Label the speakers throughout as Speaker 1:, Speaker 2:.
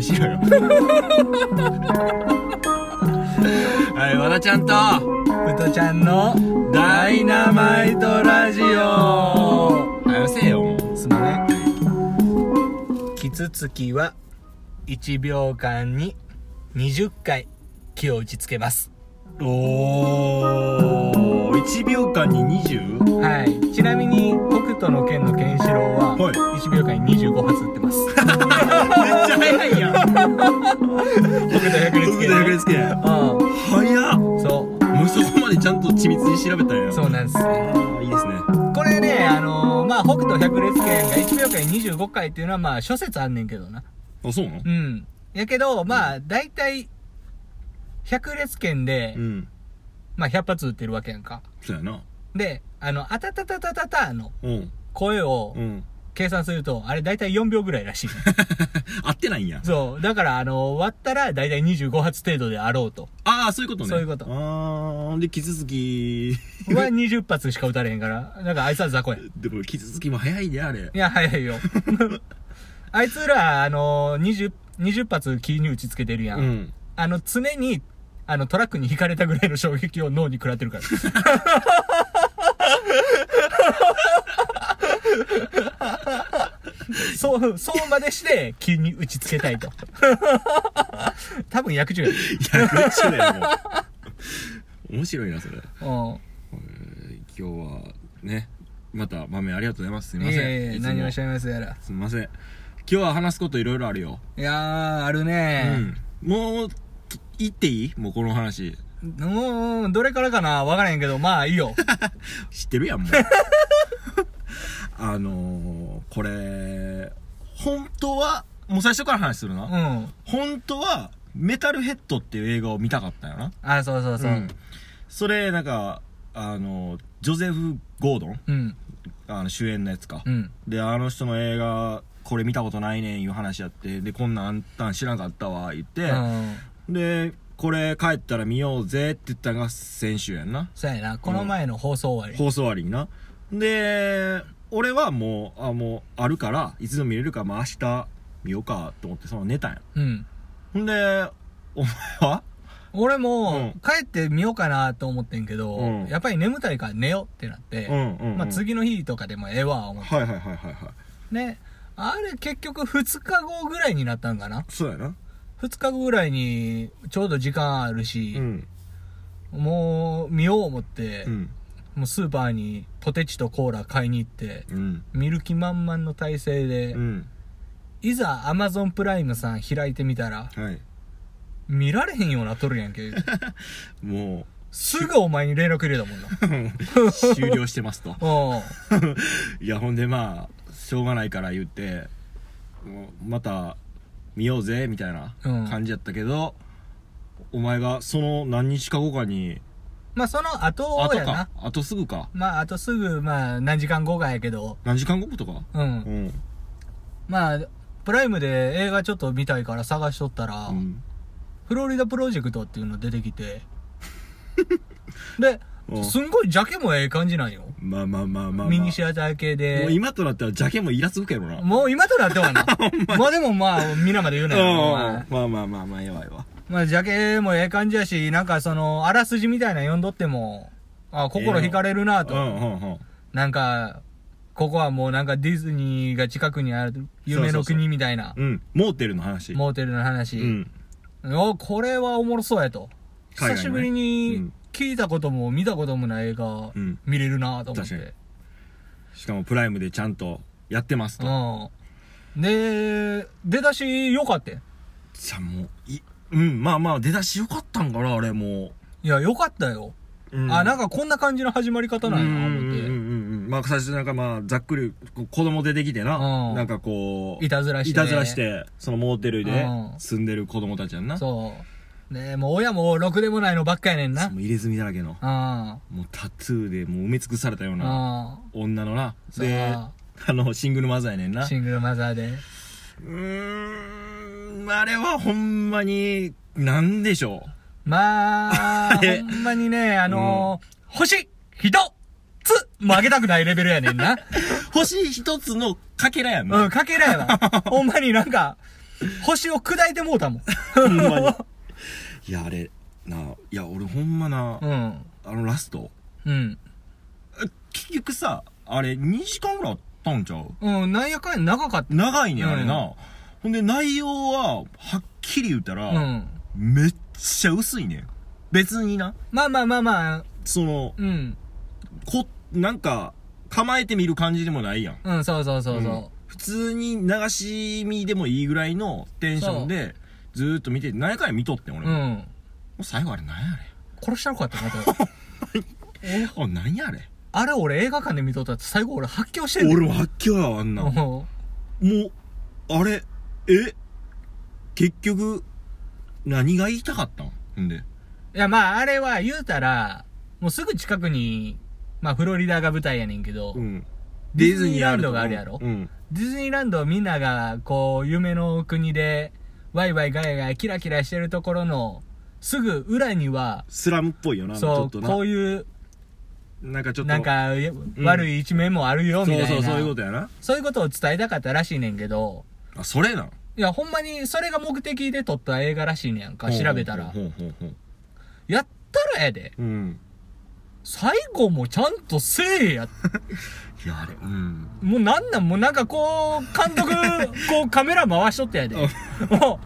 Speaker 1: しろよはい和田ちゃんと
Speaker 2: ふとちゃんの
Speaker 1: ダイナマイトラジオあよせよもう
Speaker 2: すまないキツツキは1秒間に20回気を打ちつけます
Speaker 1: おー1秒間に 20?
Speaker 2: はいちなみに北斗の剣のケンシロウは
Speaker 1: はい
Speaker 2: 1秒間に25発打ってます
Speaker 1: めっちゃ早いやん
Speaker 2: 北斗百
Speaker 1: 僕の役で
Speaker 2: う
Speaker 1: つけ
Speaker 2: ん
Speaker 1: 早っも
Speaker 2: そう
Speaker 1: そこまでちゃんと緻密に調べたんや
Speaker 2: うそうなんですね
Speaker 1: あいいですね
Speaker 2: これねあのーまあ北斗百列拳が1秒間に25回っていうのはまあ諸説あんねんけどな
Speaker 1: あそうなの
Speaker 2: うんやけどまあ大体百列拳で、
Speaker 1: うん
Speaker 2: まあ100発撃ってるわけやんか
Speaker 1: そうやな
Speaker 2: であの「あたたたたたた」の
Speaker 1: うん
Speaker 2: 声を
Speaker 1: うん
Speaker 2: 計算すると、あれ大体4秒ぐらいらしい、ね、
Speaker 1: 合ってないんや
Speaker 2: そうだからあの割ったら大体25発程度であろうと
Speaker 1: ああそういうことね
Speaker 2: そういうこと
Speaker 1: ああで傷つき
Speaker 2: は20発しか撃たれへんからなんかあいつは雑魚や
Speaker 1: でも傷つきも早いねあれ
Speaker 2: いや 早いよあいつらあの 20, 20発キーに打ちつけてるやん、
Speaker 1: うん
Speaker 2: あの常にあのトラックに引かれたぐらいの衝撃を脳に食らってるから そうそうまでして気に打ちつけたいと 多分役中や
Speaker 1: いやこれ一緒だよもう面白いなそれ
Speaker 2: うん
Speaker 1: 今日はねまた豆ありがとうございますすいま
Speaker 2: いえ
Speaker 1: せん
Speaker 2: いえ
Speaker 1: いつも
Speaker 2: 何をおっしゃいますやら
Speaker 1: すいません今日は話すこといろいろあるよ、
Speaker 2: いやーある
Speaker 1: う
Speaker 2: ね
Speaker 1: ん、もうき言っていいもうこの話
Speaker 2: うんうんどれからかなわからへんけどまあい いよ
Speaker 1: 知ってる やんもうあのー、これ本当はもう最初から話するな、
Speaker 2: うん
Speaker 1: 本当はメタルヘッドっていう映画を見たかったよな
Speaker 2: あそうそうそう
Speaker 1: うんそれなんかあのジョゼフ・ゴードン
Speaker 2: うん
Speaker 1: あの主演のやつか、
Speaker 2: うん
Speaker 1: であの人の映画これ見たことないねんいう話やってでこんなんあんたん知らんかったわ言って、
Speaker 2: うん
Speaker 1: でこれ帰ったら見ようぜって言ったのが先週やんな
Speaker 2: そうやなこの前の放送終わり
Speaker 1: 放送終わりになで俺はもうあもうあるからいつでも見れるから、まあ、明日見ようかと思ってその寝たんや
Speaker 2: うん
Speaker 1: ほんでお前は
Speaker 2: 俺も、
Speaker 1: うん
Speaker 2: 帰ってみようかなと思ってんけど、
Speaker 1: うん
Speaker 2: やっぱり眠たいから寝ようってなって、
Speaker 1: うんうんうん
Speaker 2: まあ、次の日とかでもええわ思っ
Speaker 1: はいはいはいはいはい
Speaker 2: てねあれ結局2日後ぐらいになったんかな
Speaker 1: そうやな
Speaker 2: 2日後ぐらいにちょうど時間あるし
Speaker 1: う、ん
Speaker 2: もう見よう思って、
Speaker 1: うん
Speaker 2: もうスーパーにポテチとコーラ買いに行って
Speaker 1: うん
Speaker 2: 見る気満々の体勢で、
Speaker 1: うん
Speaker 2: いざアマゾンプライムさん開いてみたら
Speaker 1: はい
Speaker 2: 見られへんようなっとるや んけ
Speaker 1: も
Speaker 2: すぐお前に連絡入れたもんな
Speaker 1: う終了してますと
Speaker 2: うん
Speaker 1: いやほんでまあしょうがないから言ってもうまた見ようぜみたいな
Speaker 2: うん
Speaker 1: 感じやったけど、お前がその何日か後かに
Speaker 2: まあその
Speaker 1: あ
Speaker 2: 後
Speaker 1: と
Speaker 2: やな
Speaker 1: かあとすぐか
Speaker 2: まああとすぐまあ何時間後かやけど
Speaker 1: 何時間後とか
Speaker 2: うん、
Speaker 1: うん、
Speaker 2: まあプライムで映画ちょっと見たいから探しとったら、
Speaker 1: うん、
Speaker 2: フロリダプロジェクトっていうの出て きてで
Speaker 1: うん
Speaker 2: すんごいジャケもええ感じなんよ、
Speaker 1: まあまあまあまあ、まあ、
Speaker 2: ミニシアター系で
Speaker 1: もう今となってはジャケもイラつくけどな
Speaker 2: もう今となっては なまあでもまあ皆まで言うなよ、お前
Speaker 1: まあまあまあまあやばいわ
Speaker 2: まあジャケもええ感じやしなんかそのあらすじみたいなの読んどってもあ心惹かれるな
Speaker 1: う
Speaker 2: と、
Speaker 1: んうんうん
Speaker 2: なんか、ここはもうなんかディズニーが近くにある夢の国みたいな
Speaker 1: うんモーテルの話
Speaker 2: モーテルの話。
Speaker 1: うん
Speaker 2: おこれはおもろそうやと。
Speaker 1: 海外のね
Speaker 2: 久しぶり
Speaker 1: う
Speaker 2: に
Speaker 1: ん
Speaker 2: 聞いたことも見たこともない映画
Speaker 1: うん
Speaker 2: 見れるなと思って。
Speaker 1: 確しかもプライムでちゃんとやってますと
Speaker 2: うん。で、出だし良かったよ
Speaker 1: じゃあもういうんまあまあ出だしよかったんかなあれも
Speaker 2: いや、良かったよ。
Speaker 1: う、う
Speaker 2: あ、なん
Speaker 1: か
Speaker 2: かこんな感じの始まり方なんや、
Speaker 1: うんうんう
Speaker 2: 思っ
Speaker 1: んうんまあ最初なんかまあざっくりこう子供出てきてな、
Speaker 2: うん
Speaker 1: なんかこう
Speaker 2: て。いたずらして。
Speaker 1: いたずらし。てそのモーテルで
Speaker 2: うん
Speaker 1: 住んでる子供たちやんな
Speaker 2: そう。ねもう親もろくでもないのばっかやねんな。
Speaker 1: もう入れ墨だらけの
Speaker 2: うん。
Speaker 1: もうタトゥーでもう埋め尽くされたよう
Speaker 2: う。
Speaker 1: なん女のな
Speaker 2: そう
Speaker 1: であのシングルマザーやねんな
Speaker 2: シングルマザーで。
Speaker 1: うーんあれはほんまになんでしょう
Speaker 2: まあ、
Speaker 1: え
Speaker 2: ほんまにね、あのー星一つ曲げたくないレベル やねんな。
Speaker 1: 星一つのかけらやんな
Speaker 2: うん、かけらやわ。ほんまになんか、星を砕いてもうたもん。
Speaker 1: ほんまに。 いや、あれ、なあ、いや、俺ほんまな、
Speaker 2: うん。
Speaker 1: あのラスト、
Speaker 2: うん。
Speaker 1: 結局さ、あれ、2時間ぐらいあったんちゃう
Speaker 2: うん、なんやかんや長かっ
Speaker 1: 長いね、あれな。
Speaker 2: う
Speaker 1: ほんで、内容は、はっきり言うた
Speaker 2: た。
Speaker 1: ら、
Speaker 2: うん。
Speaker 1: めっちゃ薄いねん。別にな。
Speaker 2: まあまあまあまあ、
Speaker 1: その、
Speaker 2: うん。
Speaker 1: こ、なんか、構えてみる感じでもないやん。
Speaker 2: うん、そうそうそう
Speaker 1: うん
Speaker 2: そ
Speaker 1: 普通に流し見でもいいぐらいのテンションで、ずーっと見てて、何やかんや見とってん、俺
Speaker 2: う。う
Speaker 1: も。も
Speaker 2: ん。
Speaker 1: う最後あれ、何や
Speaker 2: 殺したのかって なった。え
Speaker 1: あれ。あ、何やあれ。
Speaker 2: あれ俺映画館で見とったって最後俺発狂してんねん
Speaker 1: 俺も発狂やわ、あんな。も
Speaker 2: うん
Speaker 1: う、あれ、え結局、何が言いたかったんほんで。
Speaker 2: いや、まあ、あれは言うたら、もうすぐ近くに、まあ、フロリダが舞台やねんけど、
Speaker 1: うん。
Speaker 2: ディズニーランドがあるやろ
Speaker 1: うん。
Speaker 2: ディズニーランドをみんなが、こう、夢の国で、ワイワイガヤガヤキラキラしてるところの、すぐ裏には、
Speaker 1: スラムっぽいよな、ちょ
Speaker 2: そ
Speaker 1: っ
Speaker 2: う、
Speaker 1: とな
Speaker 2: こ。ういう、
Speaker 1: なんかちょっと。
Speaker 2: なんか、悪い一面もあるよ、みたいな。
Speaker 1: そうそう、そういうことやな。
Speaker 2: そういうことを伝えたかったらしいねんけど、
Speaker 1: あ、それなん。
Speaker 2: いや、ほんまに、それが目的で撮った映画らしいねやんか、調べたら
Speaker 1: ほ。うほうほう
Speaker 2: やったらやで。
Speaker 1: うん。
Speaker 2: 最後もちゃんとせえや
Speaker 1: いや、あれ、うん。
Speaker 2: もうなんなんもうなんかこう、監督、こうカメラ回しとったやで。も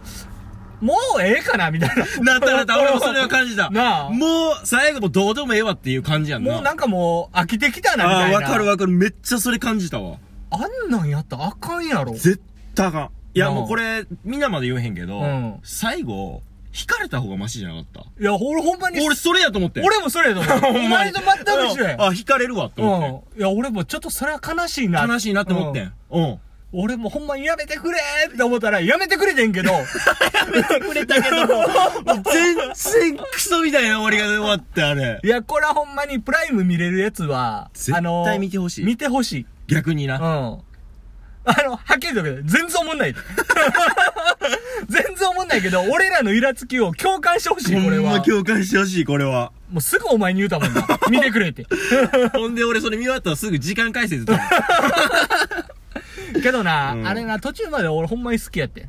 Speaker 2: う、もうええかなみたい
Speaker 1: な
Speaker 2: な。
Speaker 1: ったなった、俺もそれは感じた。
Speaker 2: なあ
Speaker 1: もう、最後もどうでもええわっていう感じやんな。
Speaker 2: もうなんかもう飽きてきたなみ
Speaker 1: あ
Speaker 2: た
Speaker 1: あ、
Speaker 2: いな。
Speaker 1: わかるわかる。めっちゃそれ感じたわ。
Speaker 2: あんなんやったらあかんやろ。
Speaker 1: 絶対あかん。いや、
Speaker 2: なあ
Speaker 1: もうこれ、みんなまで言えへんけど、
Speaker 2: うん
Speaker 1: 最後、引かれた方がマシじゃなかっ
Speaker 2: いや、俺ほんま
Speaker 1: た。
Speaker 2: に、
Speaker 1: 俺、それやと思って。
Speaker 2: 俺もそれやと思う。お前と全く一緒
Speaker 1: うん
Speaker 2: や。
Speaker 1: あ、引かれるわって思って。
Speaker 2: うん。いや、俺もちょっとそれは悲しいな。
Speaker 1: 悲しいなって思って
Speaker 2: うん
Speaker 1: ん。うん。
Speaker 2: 俺もほんまにやめてくれーって思ったら、やめてくれて んけど、
Speaker 1: くれたけ ど、全然クソみたいな終わりが終わって、あれ
Speaker 2: い。や、これはほんまにプライム見れるやつは、
Speaker 1: 絶対
Speaker 2: あのー
Speaker 1: 見てほしい
Speaker 2: 見てほしい。
Speaker 1: 逆に
Speaker 2: うん。
Speaker 1: な。
Speaker 2: あの、はっきり言うけど、全然思んない。 全然思んないけど、俺らのイラつきを共感してほしい、
Speaker 1: ほ
Speaker 2: これ
Speaker 1: ん
Speaker 2: は
Speaker 1: ま。共感してほしい、これは。
Speaker 2: もうすぐお前に言うたもんな。見てくれって。
Speaker 1: ほんで俺それ見終わったらすぐ時間解説と思う
Speaker 2: けどな、
Speaker 1: うん
Speaker 2: あれな、途中まで俺ほんまに好きやってん。い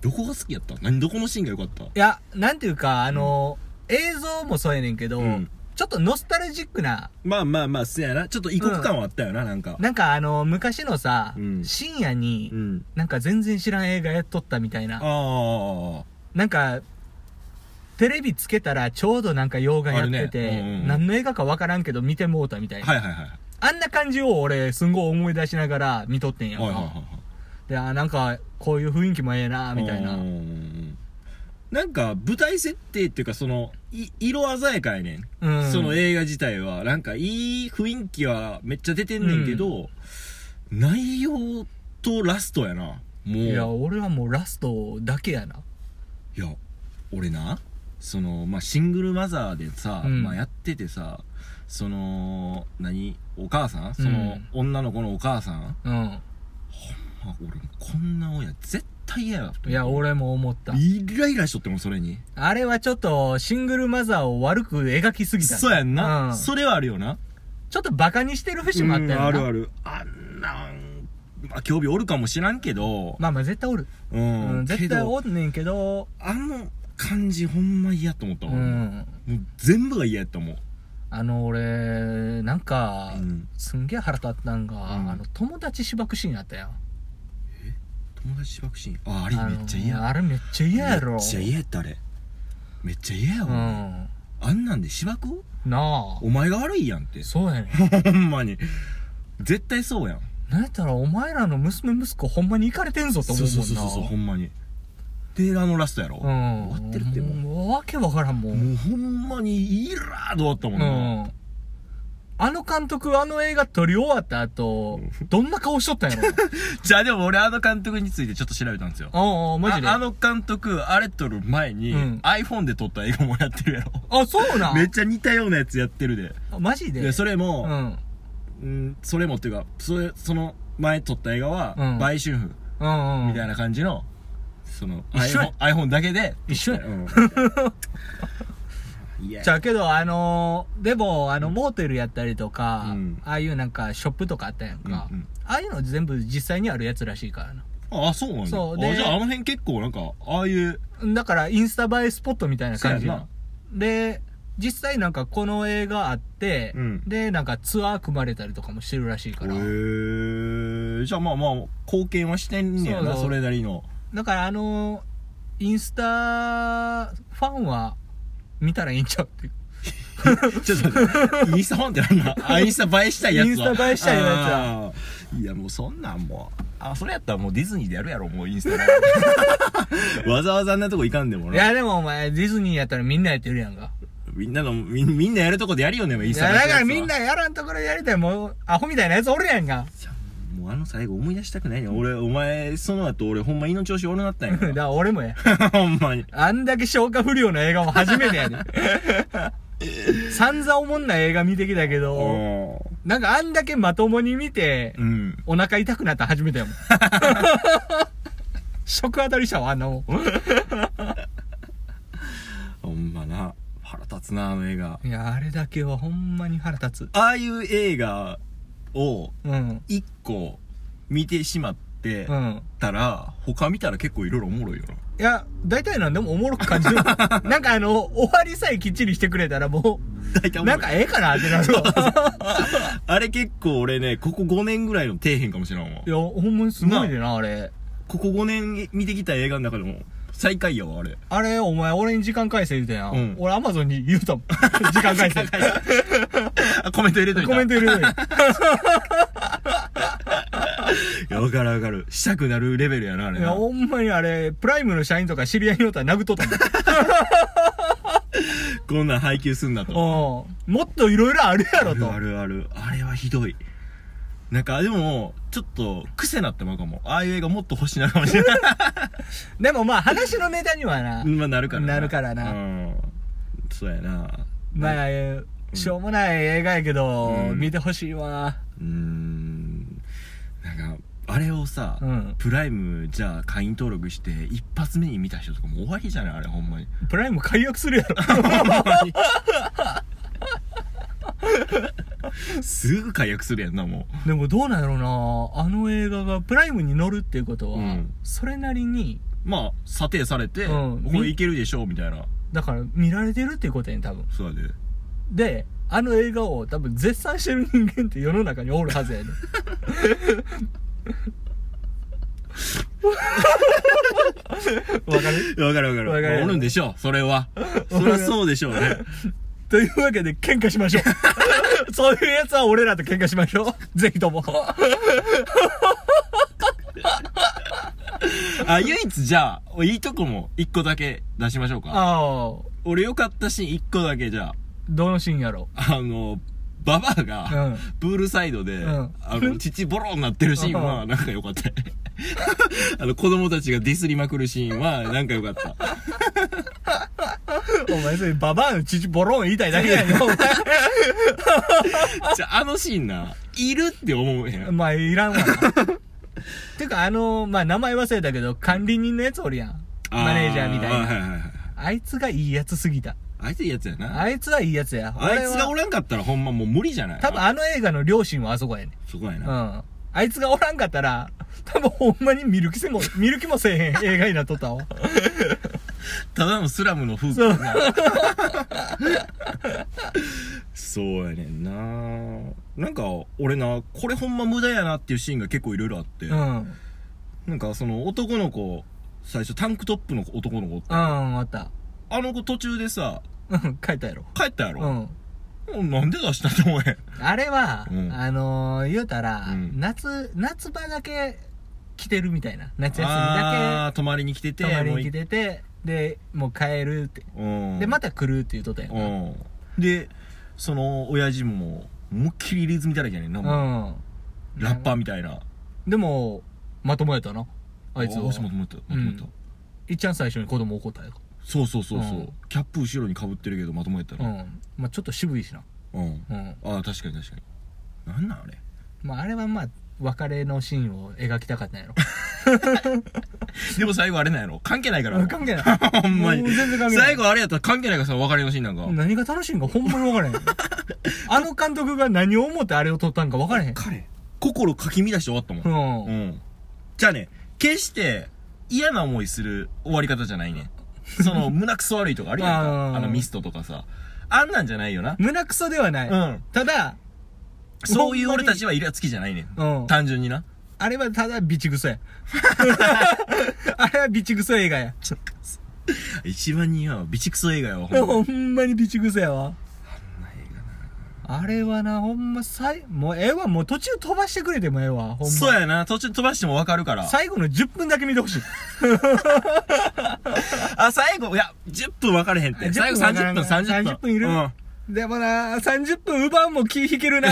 Speaker 1: どこが好きやった何どこのシーンが良かった
Speaker 2: や、なんていうか、あの、映像もそうやねんけど、
Speaker 1: うん
Speaker 2: ちょっとノスタルジックな、
Speaker 1: まあまあまあ、そやな。ちょっと異国感はあったよな、なんか。
Speaker 2: なんかあの、昔のさ、
Speaker 1: うん
Speaker 2: 深夜に、
Speaker 1: うん。
Speaker 2: なんか全然知らん映画やっとったみたいな。
Speaker 1: あ
Speaker 2: なんか、テレビつけたらちょうどなんか洋画やってて、
Speaker 1: あるねうんうんうん
Speaker 2: 何の映画かわからんけど見てもうたみたい
Speaker 1: あ。
Speaker 2: な。
Speaker 1: はいはいはい。
Speaker 2: あんな感じを俺すんごい思い出しながら見とってんやんか。
Speaker 1: はいはいはいはい。
Speaker 2: で、あーなんかこういう雰囲気もええなみたいな。
Speaker 1: うんうんうんなんか、舞台設定っていうか、その、い、色鮮やかやねん。
Speaker 2: うん
Speaker 1: その映画自体は。なんか、いい雰囲気はめっちゃ出てんねんけど、内容とラストやな。もう。
Speaker 2: いや、俺はもうラストだけやな。
Speaker 1: いや俺なそのまあシングルマザーでさ、
Speaker 2: うん
Speaker 1: まあ、やっててさその何お母さんその、女の子のお母さん、
Speaker 2: う
Speaker 1: あ俺こんな親絶対嫌やわ
Speaker 2: ん。いや、俺も思った。
Speaker 1: イライラしとってもんそれに
Speaker 2: あれはちょっとシングルマザーを悪く描きすぎた。
Speaker 1: そうやんな、
Speaker 2: うん
Speaker 1: それはあるよな
Speaker 2: ちょっとバカにしてる節もあったよ
Speaker 1: うん
Speaker 2: な。
Speaker 1: あるあるあんなんまあ興味おるかもしらんけど、
Speaker 2: まあまあ絶対おる。
Speaker 1: うん
Speaker 2: うん、絶対
Speaker 1: けど
Speaker 2: おんねんけど、
Speaker 1: あの感じほんま嫌と思ったわ、
Speaker 2: う
Speaker 1: 俺も
Speaker 2: ん。
Speaker 1: う全部が嫌やったもん
Speaker 2: あの俺なんか、
Speaker 1: うん
Speaker 2: すんげえ腹立ったんが、
Speaker 1: うん
Speaker 2: あの友達しばくシーンあったやん
Speaker 1: 友達しばくしんああれめっちゃ嫌
Speaker 2: あのあれめっちゃ嫌やろ
Speaker 1: めっちゃ嫌やったあれめっちゃ嫌や
Speaker 2: う
Speaker 1: わ、
Speaker 2: ん
Speaker 1: あんなんで芝く
Speaker 2: なあ
Speaker 1: お前が悪いやんって
Speaker 2: そうやねん
Speaker 1: ほんまに絶対そうやん
Speaker 2: なんやったらお前らの娘息子ほんまにイかれてんぞと
Speaker 1: そう
Speaker 2: 思うもん
Speaker 1: そう
Speaker 2: な
Speaker 1: そうそうほんまにであのラストやろ、
Speaker 2: うん、
Speaker 1: 終わってるってもう
Speaker 2: もうわけわからんもん
Speaker 1: もうほんまにイラーっと終わったも
Speaker 2: うん
Speaker 1: な、
Speaker 2: んあの監督あの映画撮り終わった後、どんな顔しとっ たんやろ
Speaker 1: じゃあでも俺あの監督についてちょっと調べたんですよ
Speaker 2: ああマジで
Speaker 1: ああ
Speaker 2: あ
Speaker 1: の監督あれ撮る前に、
Speaker 2: うん
Speaker 1: iPhone で撮った映画もやってるやろ
Speaker 2: そうなん
Speaker 1: めっちゃ似たようなやつやってるで
Speaker 2: マジで
Speaker 1: でそれも、う
Speaker 2: うん
Speaker 1: ん、それもっていうかそれその前撮った映画は
Speaker 2: うん
Speaker 1: 「売春婦
Speaker 2: うんうん」
Speaker 1: みたいな感じの、その
Speaker 2: 一緒
Speaker 1: iPhone,
Speaker 2: や
Speaker 1: iPhone だけで
Speaker 2: 一緒や
Speaker 1: うんいや
Speaker 2: じゃあけど、あのーでも、あの、モーテルやったりとか、
Speaker 1: うん
Speaker 2: ああいうなんか、ショップとかあったやんか。
Speaker 1: うんうん
Speaker 2: ああいうの全部実際にあるやつらしいからな。
Speaker 1: ああそうなんだ
Speaker 2: そう
Speaker 1: あ
Speaker 2: で
Speaker 1: じゃああの辺結構なんかああいう
Speaker 2: だからインスタ映えスポットみたいな感じ
Speaker 1: そうや
Speaker 2: な
Speaker 1: な
Speaker 2: で実際なんかこの映画あって、
Speaker 1: うん
Speaker 2: でなんかツアー組まれたりとかもしてるらしいから、
Speaker 1: へえじゃあまあまあ貢献はしてんねやな
Speaker 2: そうそう
Speaker 1: それなりの
Speaker 2: だからあのインスタファンは見たらいいんちゃうっていう
Speaker 1: ちょっと待って、インスタファンってなんだあ、インスタ映えしたいやつは
Speaker 2: インスタ映えしたいやつ
Speaker 1: あーいや、もうそんなんもう。あ、それやったらもうディズニーでやるやろ、もうインスタで わざわざあんなとこ行かんでも
Speaker 2: い
Speaker 1: な。
Speaker 2: やでもお前ディズニーやったらみんなやってるやんか
Speaker 1: みんなの、みんみんなやるとこでやるよね、もうイン
Speaker 2: い
Speaker 1: スタ映え
Speaker 2: や
Speaker 1: したやつ
Speaker 2: だか
Speaker 1: は
Speaker 2: らみんな。やらんところでやりたいもうアホみたいなやつおるやんか
Speaker 1: じゃあもうあの最後思い出したくないね。俺、お前、その後俺ほんま胃の調子悪なったんや
Speaker 2: だから俺もや
Speaker 1: から。 ほんまに。
Speaker 2: あんだけ消化不良の映画も初めてやで 散々おもんない映画見てきたけど、
Speaker 1: う
Speaker 2: なんかあんだけまともに見て、
Speaker 1: ん。
Speaker 2: お腹痛くなった初め てやもん。食当たりしたわ、あんなもん。
Speaker 1: ほんまな。腹立つな、あの映画。
Speaker 2: いや、あれだけはほんまに腹立つ。
Speaker 1: ああいう映画を
Speaker 2: うん。
Speaker 1: 一個見てしまって、
Speaker 2: うん。
Speaker 1: ったら他見たら結構いろいろおもろいよない
Speaker 2: や、大体なんでもおもろく 感じる。なんかあの、終わりさえきっちりしてくれたらも
Speaker 1: 大体おも
Speaker 2: う、な
Speaker 1: ろ
Speaker 2: ん
Speaker 1: い
Speaker 2: かええかなってなるわ。
Speaker 1: あれ結構俺ねここ5年ぐらいの底辺かもしれんわ
Speaker 2: いや、ほんまにすごいでな、あれ。
Speaker 1: ここ5年見てきた映画の中でも最下位やわあれ
Speaker 2: あれ、お前、俺に時間返せ言うたやん。
Speaker 1: うん
Speaker 2: 俺、アマゾンに言う たもん。時間返せ。
Speaker 1: あコメント入れといた
Speaker 2: コメント入れ るよ。
Speaker 1: いやわかるわかるしたくなるレベルやなあれ
Speaker 2: いや、
Speaker 1: な
Speaker 2: ほんまにあれ、プライムの社員とか知り合いにおったら殴っとったもん。
Speaker 1: こんなん配給すんなと
Speaker 2: うんもっといろいろあるや
Speaker 1: あ
Speaker 2: ろ
Speaker 1: る
Speaker 2: と。
Speaker 1: あるあるあれはひどいなんかでもちょっと癖なってまうかもああいう映画もっと欲しいなかもしれない
Speaker 2: でもまあ話のネタにはな、
Speaker 1: まあなるからな
Speaker 2: なるからな
Speaker 1: うんそうやな
Speaker 2: まあ、しょうもない映画やけど、
Speaker 1: うん
Speaker 2: 見てほしいわ。
Speaker 1: うーんなんかあれをさ、
Speaker 2: うん
Speaker 1: プライムじゃあ会員登録して一発目に見た人とかもう終わりじゃないあれほんまに
Speaker 2: プライム解約する やろ。
Speaker 1: すぐ解約するやんなも
Speaker 2: でもどうなんやろうな、あの映画がプライムに乗るっていうことは、
Speaker 1: うん
Speaker 2: それなりに、
Speaker 1: うまあ査定されて、
Speaker 2: うん
Speaker 1: これいけるでしょうみたいな
Speaker 2: だから見られてるっていうことやん、多分。
Speaker 1: そうやで
Speaker 2: で、あの映画を多分絶賛してる人間って世の中におるはずやねわかる
Speaker 1: わかるわかる
Speaker 2: わかる
Speaker 1: おるんでしょうそれはそりゃそうでしょうね
Speaker 2: というわけで喧嘩しましょう。 そういうやつは俺らと喧嘩しましょう。ぜひとも。
Speaker 1: あ唯一じゃあいいとこも一個だけ出しましょうか
Speaker 2: ああ、
Speaker 1: 俺良かったシーン一個だけじゃあ
Speaker 2: どのシーンやろ
Speaker 1: あの、ババアが、
Speaker 2: うん
Speaker 1: プールサイドで、
Speaker 2: うん
Speaker 1: あ の、父ボロになってるシーン
Speaker 2: う
Speaker 1: は、
Speaker 2: ん
Speaker 1: なんか良かった よ。あの、子供たちがディスりまくるシーンは、なんか良かった。
Speaker 2: お前それババアの父ボロン言いたいだけやねん。お前
Speaker 1: じゃあ、あのシーンな、いるって思うへん。
Speaker 2: まあ、いらんわな。てか、あの、まあ、名前忘れたけど、管理人のやつおるやん。マネージャーみたい
Speaker 1: あは
Speaker 2: な。
Speaker 1: いはいはい。
Speaker 2: あいつがいいやつすぎた。
Speaker 1: あいついいやつやな。あ
Speaker 2: あいつはいいやつや。
Speaker 1: いつがお
Speaker 2: 俺は
Speaker 1: らんかったら、ほんまもう無理じゃない
Speaker 2: 多分あの映画の両親はあそこやね
Speaker 1: そこや
Speaker 2: ん。う
Speaker 1: な。
Speaker 2: ん。あいつがおらんかったら、多分ほんまに見る気せも、見る気もせえへん映画になっとった わ。
Speaker 1: ただのスラムの風景
Speaker 2: そう
Speaker 1: な。そうやねんななんか、俺な、これほんま無駄やなっていうシーンが結構いろいろあって。
Speaker 2: うん。
Speaker 1: なんかその男の子、最初タンクトップの男の子おっ
Speaker 2: う
Speaker 1: た
Speaker 2: ん、また。
Speaker 1: あの子途中でさ、
Speaker 2: うん、書いたやろ。
Speaker 1: 帰ったや
Speaker 2: う
Speaker 1: ろ、
Speaker 2: ん。
Speaker 1: なんで出したと思え。
Speaker 2: あれは、
Speaker 1: うん
Speaker 2: あのー、言うたら、
Speaker 1: うん
Speaker 2: 夏、夏場だけ来てるみたいな。夏休みだ
Speaker 1: あー、泊まりに来てて、
Speaker 2: け泊まりに来
Speaker 1: て。
Speaker 2: てて、で、もう帰るって。
Speaker 1: うん。
Speaker 2: で、また来るって言うとったやん
Speaker 1: う
Speaker 2: か。
Speaker 1: ん。で、その親父も、思いっきりリズみたいやねんな、
Speaker 2: う
Speaker 1: も
Speaker 2: ん。
Speaker 1: うラッパーみたいな。
Speaker 2: でも、まともやったな。あいつは。
Speaker 1: もともと、まともと。
Speaker 2: うんいっちゃん最初に子供怒ったよ。
Speaker 1: そうそうそうそう、
Speaker 2: うん
Speaker 1: キャップ後ろにかぶってるけどまともやった
Speaker 2: う
Speaker 1: ら
Speaker 2: ん。まあちょっと渋いしな。
Speaker 1: うん、
Speaker 2: うん。
Speaker 1: ああ確かに確かになんなんあれ
Speaker 2: まああれはまあ、別れのシーンを描きたかったんやろ。
Speaker 1: でも最後あれなんやろ関 係ないから
Speaker 2: 関係ない。
Speaker 1: ほんまに
Speaker 2: もう全然関係ない
Speaker 1: 最後あれやったら関係ないからさ別れのシーンなんか、
Speaker 2: 何が楽しいんかほんまに 分からへん。あの監督が 何を思ってあれを撮ったんか分からへん。
Speaker 1: 彼心かき乱して終わったもん、
Speaker 2: うん。
Speaker 1: うんじゃあね決して嫌な思いする終わり方じゃないねん。その、胸くそ悪いとかあるやん
Speaker 2: あー
Speaker 1: か。あのミストとかさ。あんなんじゃないよな。
Speaker 2: 胸くそではない。
Speaker 1: うん。
Speaker 2: ただ、
Speaker 1: そういう俺たちはイラつきじゃないね。
Speaker 2: うんん
Speaker 1: 単純にな。
Speaker 2: あれはただビチグソや。 あれはビチグソ映画や。
Speaker 1: 一番似合う。備蓄ソ映画よ。ほんま
Speaker 2: ほんまにビチグソやわ。あれはな、ほんま、さい、もうええわ、もう途中飛ばしてくれてもええわ、ほんま。
Speaker 1: そうやな。途中飛ばしてもわかるから。
Speaker 2: 最後の10分だけ見てほしい。
Speaker 1: あ、最後、いや、10分分かれへんっ
Speaker 2: 10
Speaker 1: て。最後
Speaker 2: 分分から
Speaker 1: 30
Speaker 2: ん
Speaker 1: 分、30分。
Speaker 2: 30分いる
Speaker 1: うん。
Speaker 2: でもな、30分奪うも気引ける な。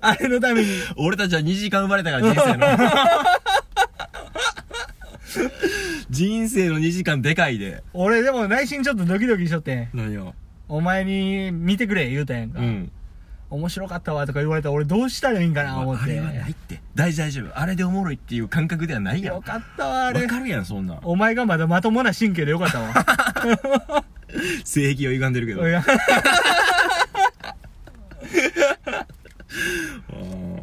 Speaker 2: あれのために。
Speaker 1: 俺たちは2時間生まれたから、人生 の。人生の2時間でかいで。
Speaker 2: 俺でも内心ちょっとドキドキしとってん。
Speaker 1: 何を
Speaker 2: お前に見てくれ言うたやんか。
Speaker 1: うん。
Speaker 2: 面白かったわとか言われたら俺どうしたらいいんかな思って。
Speaker 1: あれはないって。大丈夫、大丈夫。あれでおもろいっていう感覚ではないやん。
Speaker 2: よ
Speaker 1: わ
Speaker 2: かったわ、あれ。
Speaker 1: かるやん、そんなん。
Speaker 2: お前がまだまともな神経でよかったわ。
Speaker 1: 性癖を歪んでるけど。
Speaker 2: いや
Speaker 1: うん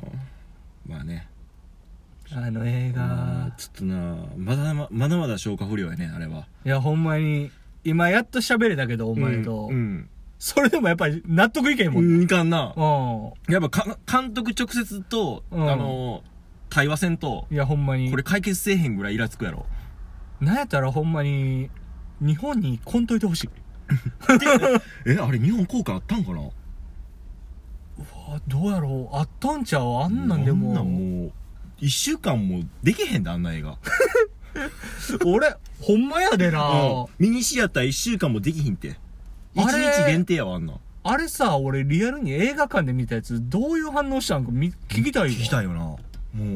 Speaker 1: まあね。
Speaker 2: あの映
Speaker 1: うん
Speaker 2: 画。
Speaker 1: ちょっとな、まだままだまだ消化不良やね、あれは。
Speaker 2: いや、ほんまに、今やっと喋れたけど、お前と。
Speaker 1: うん。
Speaker 2: それでもやっぱり納得いけへんも
Speaker 1: うん
Speaker 2: な。
Speaker 1: んいかんな。
Speaker 2: うん。
Speaker 1: やっぱか、監督直接と、
Speaker 2: うん
Speaker 1: あの、対話せんと、
Speaker 2: いや、ほんまに。
Speaker 1: これ解決せえへんぐらいイラつくやろ。
Speaker 2: なんやったらほんまに、日本にこんといてほしい。
Speaker 1: え、あれ日本効果あったんかな
Speaker 2: あどうやろうあったんちゃうあんなんでも。
Speaker 1: あんなんもう、一週間もできへんで、あんな映画。
Speaker 2: 俺、ほんまやでな、
Speaker 1: うんミニシアター一週間もできひんて。一
Speaker 2: あれ
Speaker 1: 日限定やわ、あんなん。
Speaker 2: あれさ、俺リアルに映画館で見たやつ、どういう反応したんかみ聞きたいわ。
Speaker 1: 聞きたいよな。も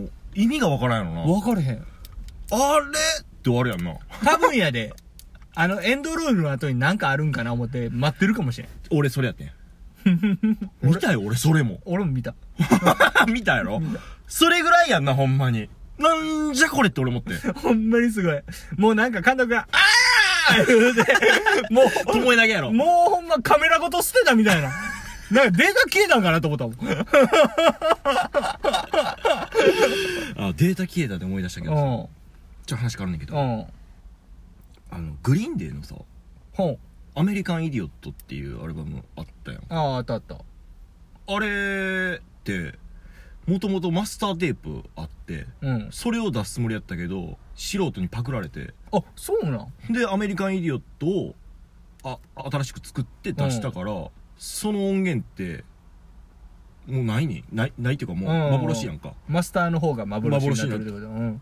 Speaker 1: う、意味がわからんよな。
Speaker 2: わかれへ
Speaker 1: あ
Speaker 2: ん。
Speaker 1: れって終わるやんな。
Speaker 2: 多分やで。あの、エンドロールの後になんかあるんかな思って待ってるかもしれん。。
Speaker 1: 俺それやってん。見たよ、俺それも
Speaker 2: 俺も見た。
Speaker 1: 見たやろそれぐらいやんな、ほんまに。なんじゃこれって俺 思って。
Speaker 2: ほんまにすごい。もうなんか監督が、あー言うて、も
Speaker 1: ともえだけやろ。
Speaker 2: う、もうほんまカメラごと捨てたみたいな。なんかデータ消えたんかなと思ったも ん。
Speaker 1: あ、データ消えたで思い出したけどさ。ちょっと話変わるんだけ
Speaker 2: う
Speaker 1: ど。
Speaker 2: ん。うん。
Speaker 1: あの、グリーンデーのさ、
Speaker 2: ほん。
Speaker 1: アメリカン・イディオットっていうアルバムあったやん。
Speaker 2: ああ、あったあった。
Speaker 1: あれって、もともとマスターテープあって、
Speaker 2: うん。
Speaker 1: それを出すつもりやったけど、素人にパクられて、
Speaker 2: あ、そうなん。
Speaker 1: で、アメリカン・イディオットを、あ、新しく作って出したから、その音源って、もうないねない、ないっていうかもう、
Speaker 2: うん
Speaker 1: 幻やんか。
Speaker 2: マスターの方が幻になってるってことうん。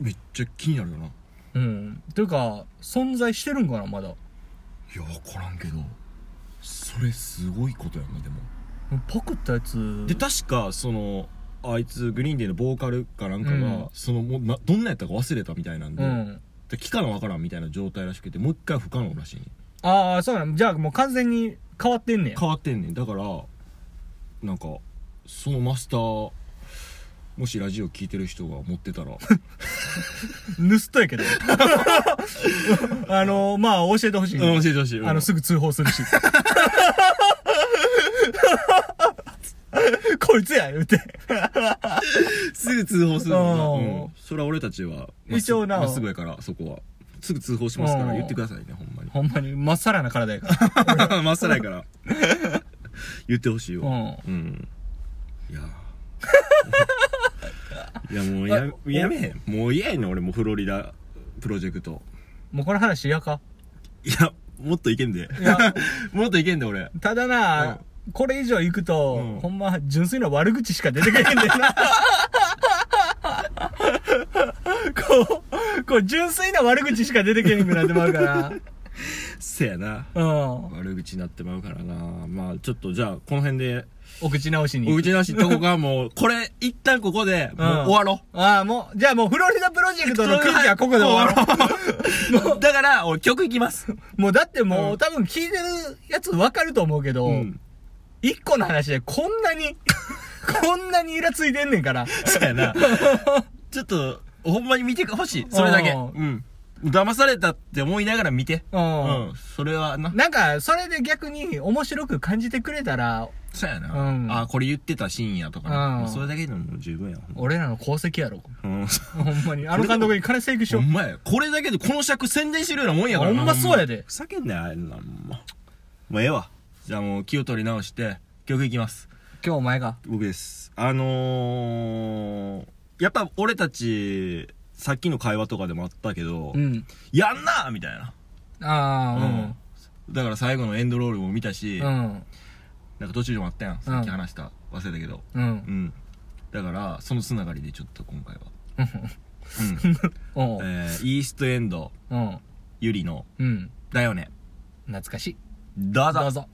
Speaker 1: めっちゃ気になるよな。い
Speaker 2: うん。というか、存在してるんかな、まだ。
Speaker 1: や、わからんけど、それすごいことやな、でも。
Speaker 2: パクったやつ。
Speaker 1: で、確か、その、あいつ、グリーンデーのボーカルかなんかが、
Speaker 2: うん
Speaker 1: その、もうな、どんなやったか忘れたみたいなんで、
Speaker 2: うん。
Speaker 1: で聞かなわからんみたいな状態らしくてもう一回不可能らしいね
Speaker 2: ああ、そうなん。じゃあもう完全に変わってんねや。
Speaker 1: 変わってんねんだからなんかそのマスターもしラジオ聞いてる人が持って たら
Speaker 2: 盗っとやけど。 あのー、まあ、教えてほし
Speaker 1: う
Speaker 2: い。
Speaker 1: ん教えてほしい
Speaker 2: あの、すぐ通報するし。 こいつや、言うて。
Speaker 1: すぐ通報するの
Speaker 2: うん
Speaker 1: な、うん、それは俺たちはまっすぐ
Speaker 2: 一応な
Speaker 1: まっすぐやからそこはすぐ通報しますか
Speaker 2: う
Speaker 1: ら
Speaker 2: ん
Speaker 1: 言ってくださいねほんまに
Speaker 2: ほんまに、まっさらな体や か ら。
Speaker 1: まっさらやから言ってほしいよ
Speaker 2: うん。
Speaker 1: うんいや いやもうややめへんもう嫌やねん俺もうフロリダプロジェクト
Speaker 2: もうこの話嫌か
Speaker 1: いや、もっといけんで。
Speaker 2: いや、
Speaker 1: もっといけんで、俺。
Speaker 2: ただな、これ以上行くと、
Speaker 1: うん
Speaker 2: ほんま、純粋な悪口しか出てけへんねん な。こう、こう、純粋な悪口しか出てけへんくなってまうから。
Speaker 1: せやな。
Speaker 2: うん。
Speaker 1: 悪口になってまうからな。まあ、ちょっとじゃあ、この辺で、
Speaker 2: お口直しに。
Speaker 1: お口なしとこがもう、これ、一旦ここで、もう終わろ
Speaker 2: ああ、もう、じゃあもうフロリダプロジェク
Speaker 1: う。
Speaker 2: トの空気はここで終わ ろ
Speaker 1: ろう。だから、俺曲いきます。
Speaker 2: う。もうだってもう、
Speaker 1: うん
Speaker 2: 多分聞いてるやつわかると思うけど、
Speaker 1: うん。
Speaker 2: 一個の話でこんな に、こんなにイラついてんねんから。
Speaker 1: せやな。ちょっと、ほんまに見てほしい。それだけ。
Speaker 2: う
Speaker 1: うんん。騙されたって思いながら見て。
Speaker 2: う。
Speaker 1: うんん。それはな。
Speaker 2: なんか、それで逆に面白く感じてくれたら、
Speaker 1: そうやな、
Speaker 2: うん
Speaker 1: あこれ言ってたシーンやとかな、
Speaker 2: うん
Speaker 1: もうそれだけでも十分やほんま
Speaker 2: 俺らの功績やろ。
Speaker 1: うん
Speaker 2: ほんまに。あの監督に金請求し
Speaker 1: ほ
Speaker 2: よ
Speaker 1: んまや。これだけでこの尺宣伝してるようなもんやからな。
Speaker 2: ほんまそうやで
Speaker 1: ふざけんなよ、あれな、ほんま。もうええわ。じゃあもう気を取り直して、曲いきます。
Speaker 2: う。今日お前が。
Speaker 1: 僕です。あのー、やっぱ俺たち、さっきの会話とかでもあったけど、
Speaker 2: うん。
Speaker 1: やんなみたいな。
Speaker 2: ああ、
Speaker 1: だから最後のエンドロールも見たし、
Speaker 2: うん。うん。
Speaker 1: なんか途中でもあったやん。さっき話した。忘れたけど。
Speaker 2: うん
Speaker 1: う。ん。だから、そのつながりでちょっと今回は。
Speaker 2: うん
Speaker 1: うん。。えー、イーストエンド、
Speaker 2: うん。
Speaker 1: ゆりの、
Speaker 2: うん。
Speaker 1: だよね。
Speaker 2: 懐かしい。
Speaker 1: どうぞ。
Speaker 2: どうぞ。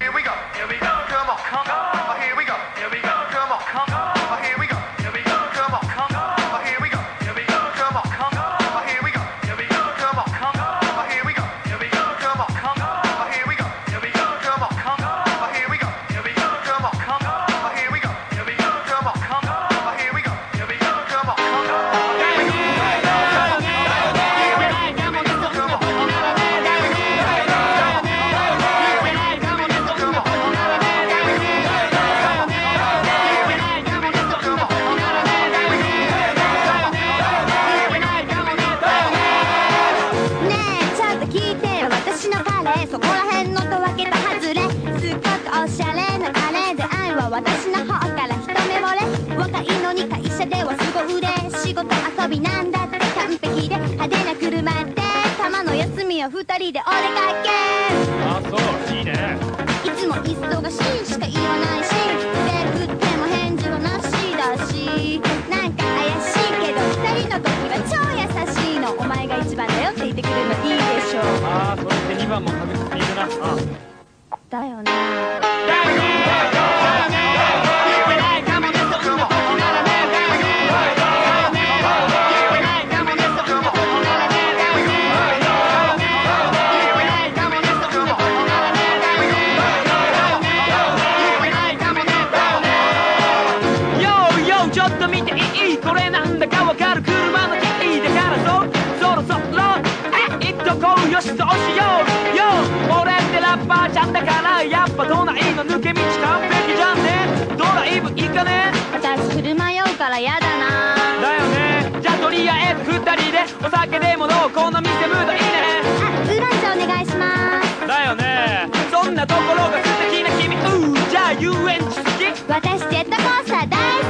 Speaker 3: Here we go. Here we go. Come on. Come on. Oh, Here we go. Here we go. Come on. Come on. Oh, Here we go. Here we go. Come on. Come on. Oh, Here we go. Here we go. Come on. Come on. Oh, Here we go. Here we go. Come on. Come on. Oh, Here we go. Here we go. Come on. Come on. Here we go. Here we go. Come on. Come on. Here we go. Here we go. Come on. Come on. Here we go. Here we go. Come on. Come on. Here we go. Here we go. Come on. Come on. Here we go.
Speaker 4: Yeah.
Speaker 5: ねえちょっと聞いてよ私のカレーそこら辺のと分けたハズレすっごくおしゃれなカレーで愛は私の方から一目惚れ若いのに会社ではすご腕仕事遊びなんだって完璧で派手な車でたまの休みは二人でお出かけいつも忙しいしか言わないしで振っても返事はなしだしなんか怪しいけど二人の時は超優しいのお前が一番だよって言ってくれるのいいでしょうああそれで2番も確実にいるなだよね
Speaker 3: Yo, yo, ちょっと見ていいこれなんだかわかる車のキーだからそそろそろえいっとこうよしそうしよう Yo 俺ってラッパーちゃんだからやっぱ都内の抜け道完璧じゃんねドライブ行かね
Speaker 5: 私車酔うからやだな
Speaker 3: だよねじゃあとりあえず二人でお酒でも飲うこの店ムードいいね
Speaker 5: あウーロン茶お願いします
Speaker 3: だよねそんなところが素敵な君うーじゃあ遊園地好きで
Speaker 5: 私ジェットコースター大好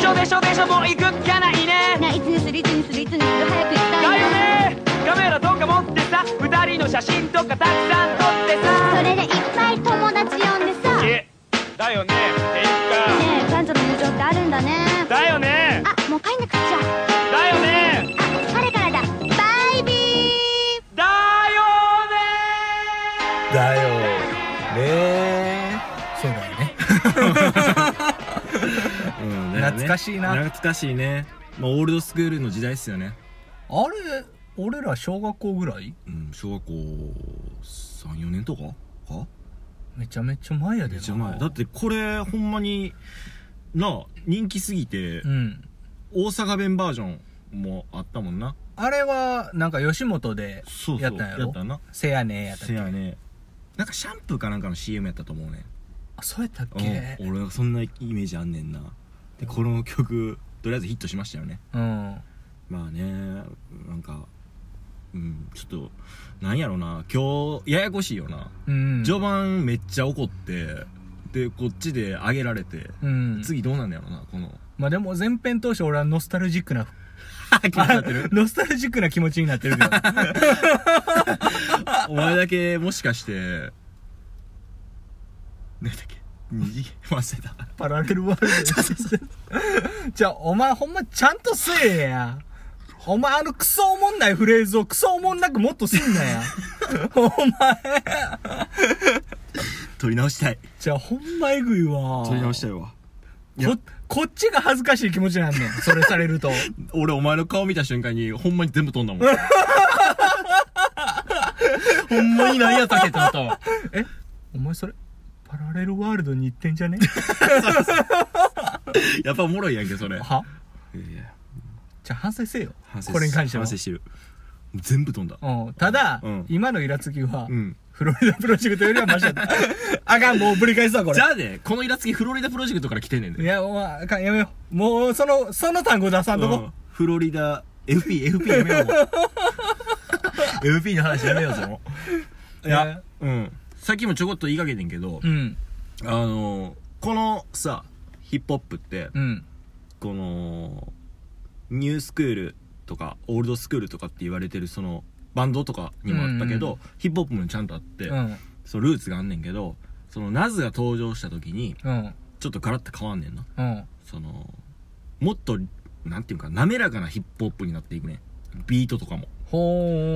Speaker 3: しょ
Speaker 5: き
Speaker 3: でしょでしょもう行くっきゃないね
Speaker 5: ねいつにするいつにするいつにする早く行き
Speaker 3: だ
Speaker 5: たい
Speaker 3: よ
Speaker 5: な
Speaker 3: ねカメラとか持ってさ二人の写真とかたくさん撮って
Speaker 5: そ
Speaker 3: さ
Speaker 5: れでいっぱい友達呼んでさね
Speaker 3: えだよね
Speaker 5: え彼女の友情ってあるんだね
Speaker 3: ていうかだよね
Speaker 5: あもう帰んなくっちゃ
Speaker 3: だよね
Speaker 5: あ、彼からだ。バイビー。
Speaker 3: だよね
Speaker 2: だよ。ねそうだよね。
Speaker 1: うん
Speaker 2: 懐かしいな
Speaker 1: 懐かしいね、まあ、オールドスクールの時代っすよね
Speaker 2: あれ、俺ら小学校ぐらい
Speaker 1: うん小学校34年とかか
Speaker 2: めちゃめちゃ前やでな。
Speaker 1: めっちゃ前だってこれほんまになあ人気すぎて、
Speaker 2: うん。
Speaker 1: 大阪弁バージョンもあったもんな
Speaker 2: あれは、なんか吉本で
Speaker 1: そうそう
Speaker 2: やったんや
Speaker 1: や
Speaker 2: ろ
Speaker 1: ったな
Speaker 2: せやねやったっ
Speaker 1: せ
Speaker 2: け
Speaker 1: やねなんかシャンプーかなんかの CM やったと思うね
Speaker 2: あ、そうやったっけ
Speaker 1: うん俺はそんなイメージあんねんなでこの曲とりあえずヒットしましたよね
Speaker 2: うん。
Speaker 1: まあねなんかうんちょっとなんやろな今日ややこしいよな、
Speaker 2: うん。
Speaker 1: 序盤めっちゃ怒ってでこっちで上げられて、
Speaker 2: うん。
Speaker 1: 次どうなんだろうなこ の
Speaker 2: まあでも前編通して俺はノスタルジックな、
Speaker 1: 気になってる
Speaker 2: ノスタルジックな気持ちになって るけど。
Speaker 1: お前だけもしかして何だっけ 二次元忘れた
Speaker 2: パラレルワールド。 じゃあ、お前ほんまちゃんとせえや。お前あのクソおもんないフレーズをクソおもんなくもっとすん なや。お前。
Speaker 1: 取り直したい
Speaker 2: じゃあほんまえぐいわ。
Speaker 1: 取り直したいわ
Speaker 2: こ、こっちが恥ずかしい気持ちなんねん。それされると。
Speaker 1: 俺お前の顔見た瞬間にほんまに全部飛んだ もんほんまに何やったっけってなったわ
Speaker 2: えお前それ、パラレルワールドに行ってんじゃね
Speaker 1: やっぱおもろいやんけそれい
Speaker 2: は
Speaker 1: やいや
Speaker 2: じゃあ反省せよ
Speaker 1: 反省。
Speaker 2: これに関しては
Speaker 1: 反。省してる全部飛んだ
Speaker 2: うん。ただ、
Speaker 1: うん
Speaker 2: 今のイラつきは、
Speaker 1: うん
Speaker 2: 二フロリダプロジェクトよりはマシ だった。あかん、もうぶり返すわ、これ。
Speaker 1: じゃあね、このイラつきフロリダプロジェクトから来てんねん
Speaker 2: い
Speaker 1: で。
Speaker 2: や、お前、あかん、やめよう。もう、その、その単語出さんと
Speaker 1: う
Speaker 2: こ
Speaker 1: ん。フロリダ、FP、FP やめようも う。FP の話やめようぜ、もう。いや、うん。さっきもちょこっと言いかけてんけど
Speaker 2: う、ん。
Speaker 1: あのー、このさ、ヒップホップって、
Speaker 2: うん。
Speaker 1: この、ニュースクールとか、オールドスクールとかって言われてる、その、バンドとかにもあったけ
Speaker 2: うん
Speaker 1: ど、ヒップホップもちゃんとあって、
Speaker 2: うん。
Speaker 1: そのルーツがあんねんけど、その、ナズが登場した時に、
Speaker 2: うん。
Speaker 1: ちょっとガラッと変わんねんな。
Speaker 2: うん。
Speaker 1: そのもっとなんていうか滑らかなヒップホップになっていくねビートとかも
Speaker 2: ほ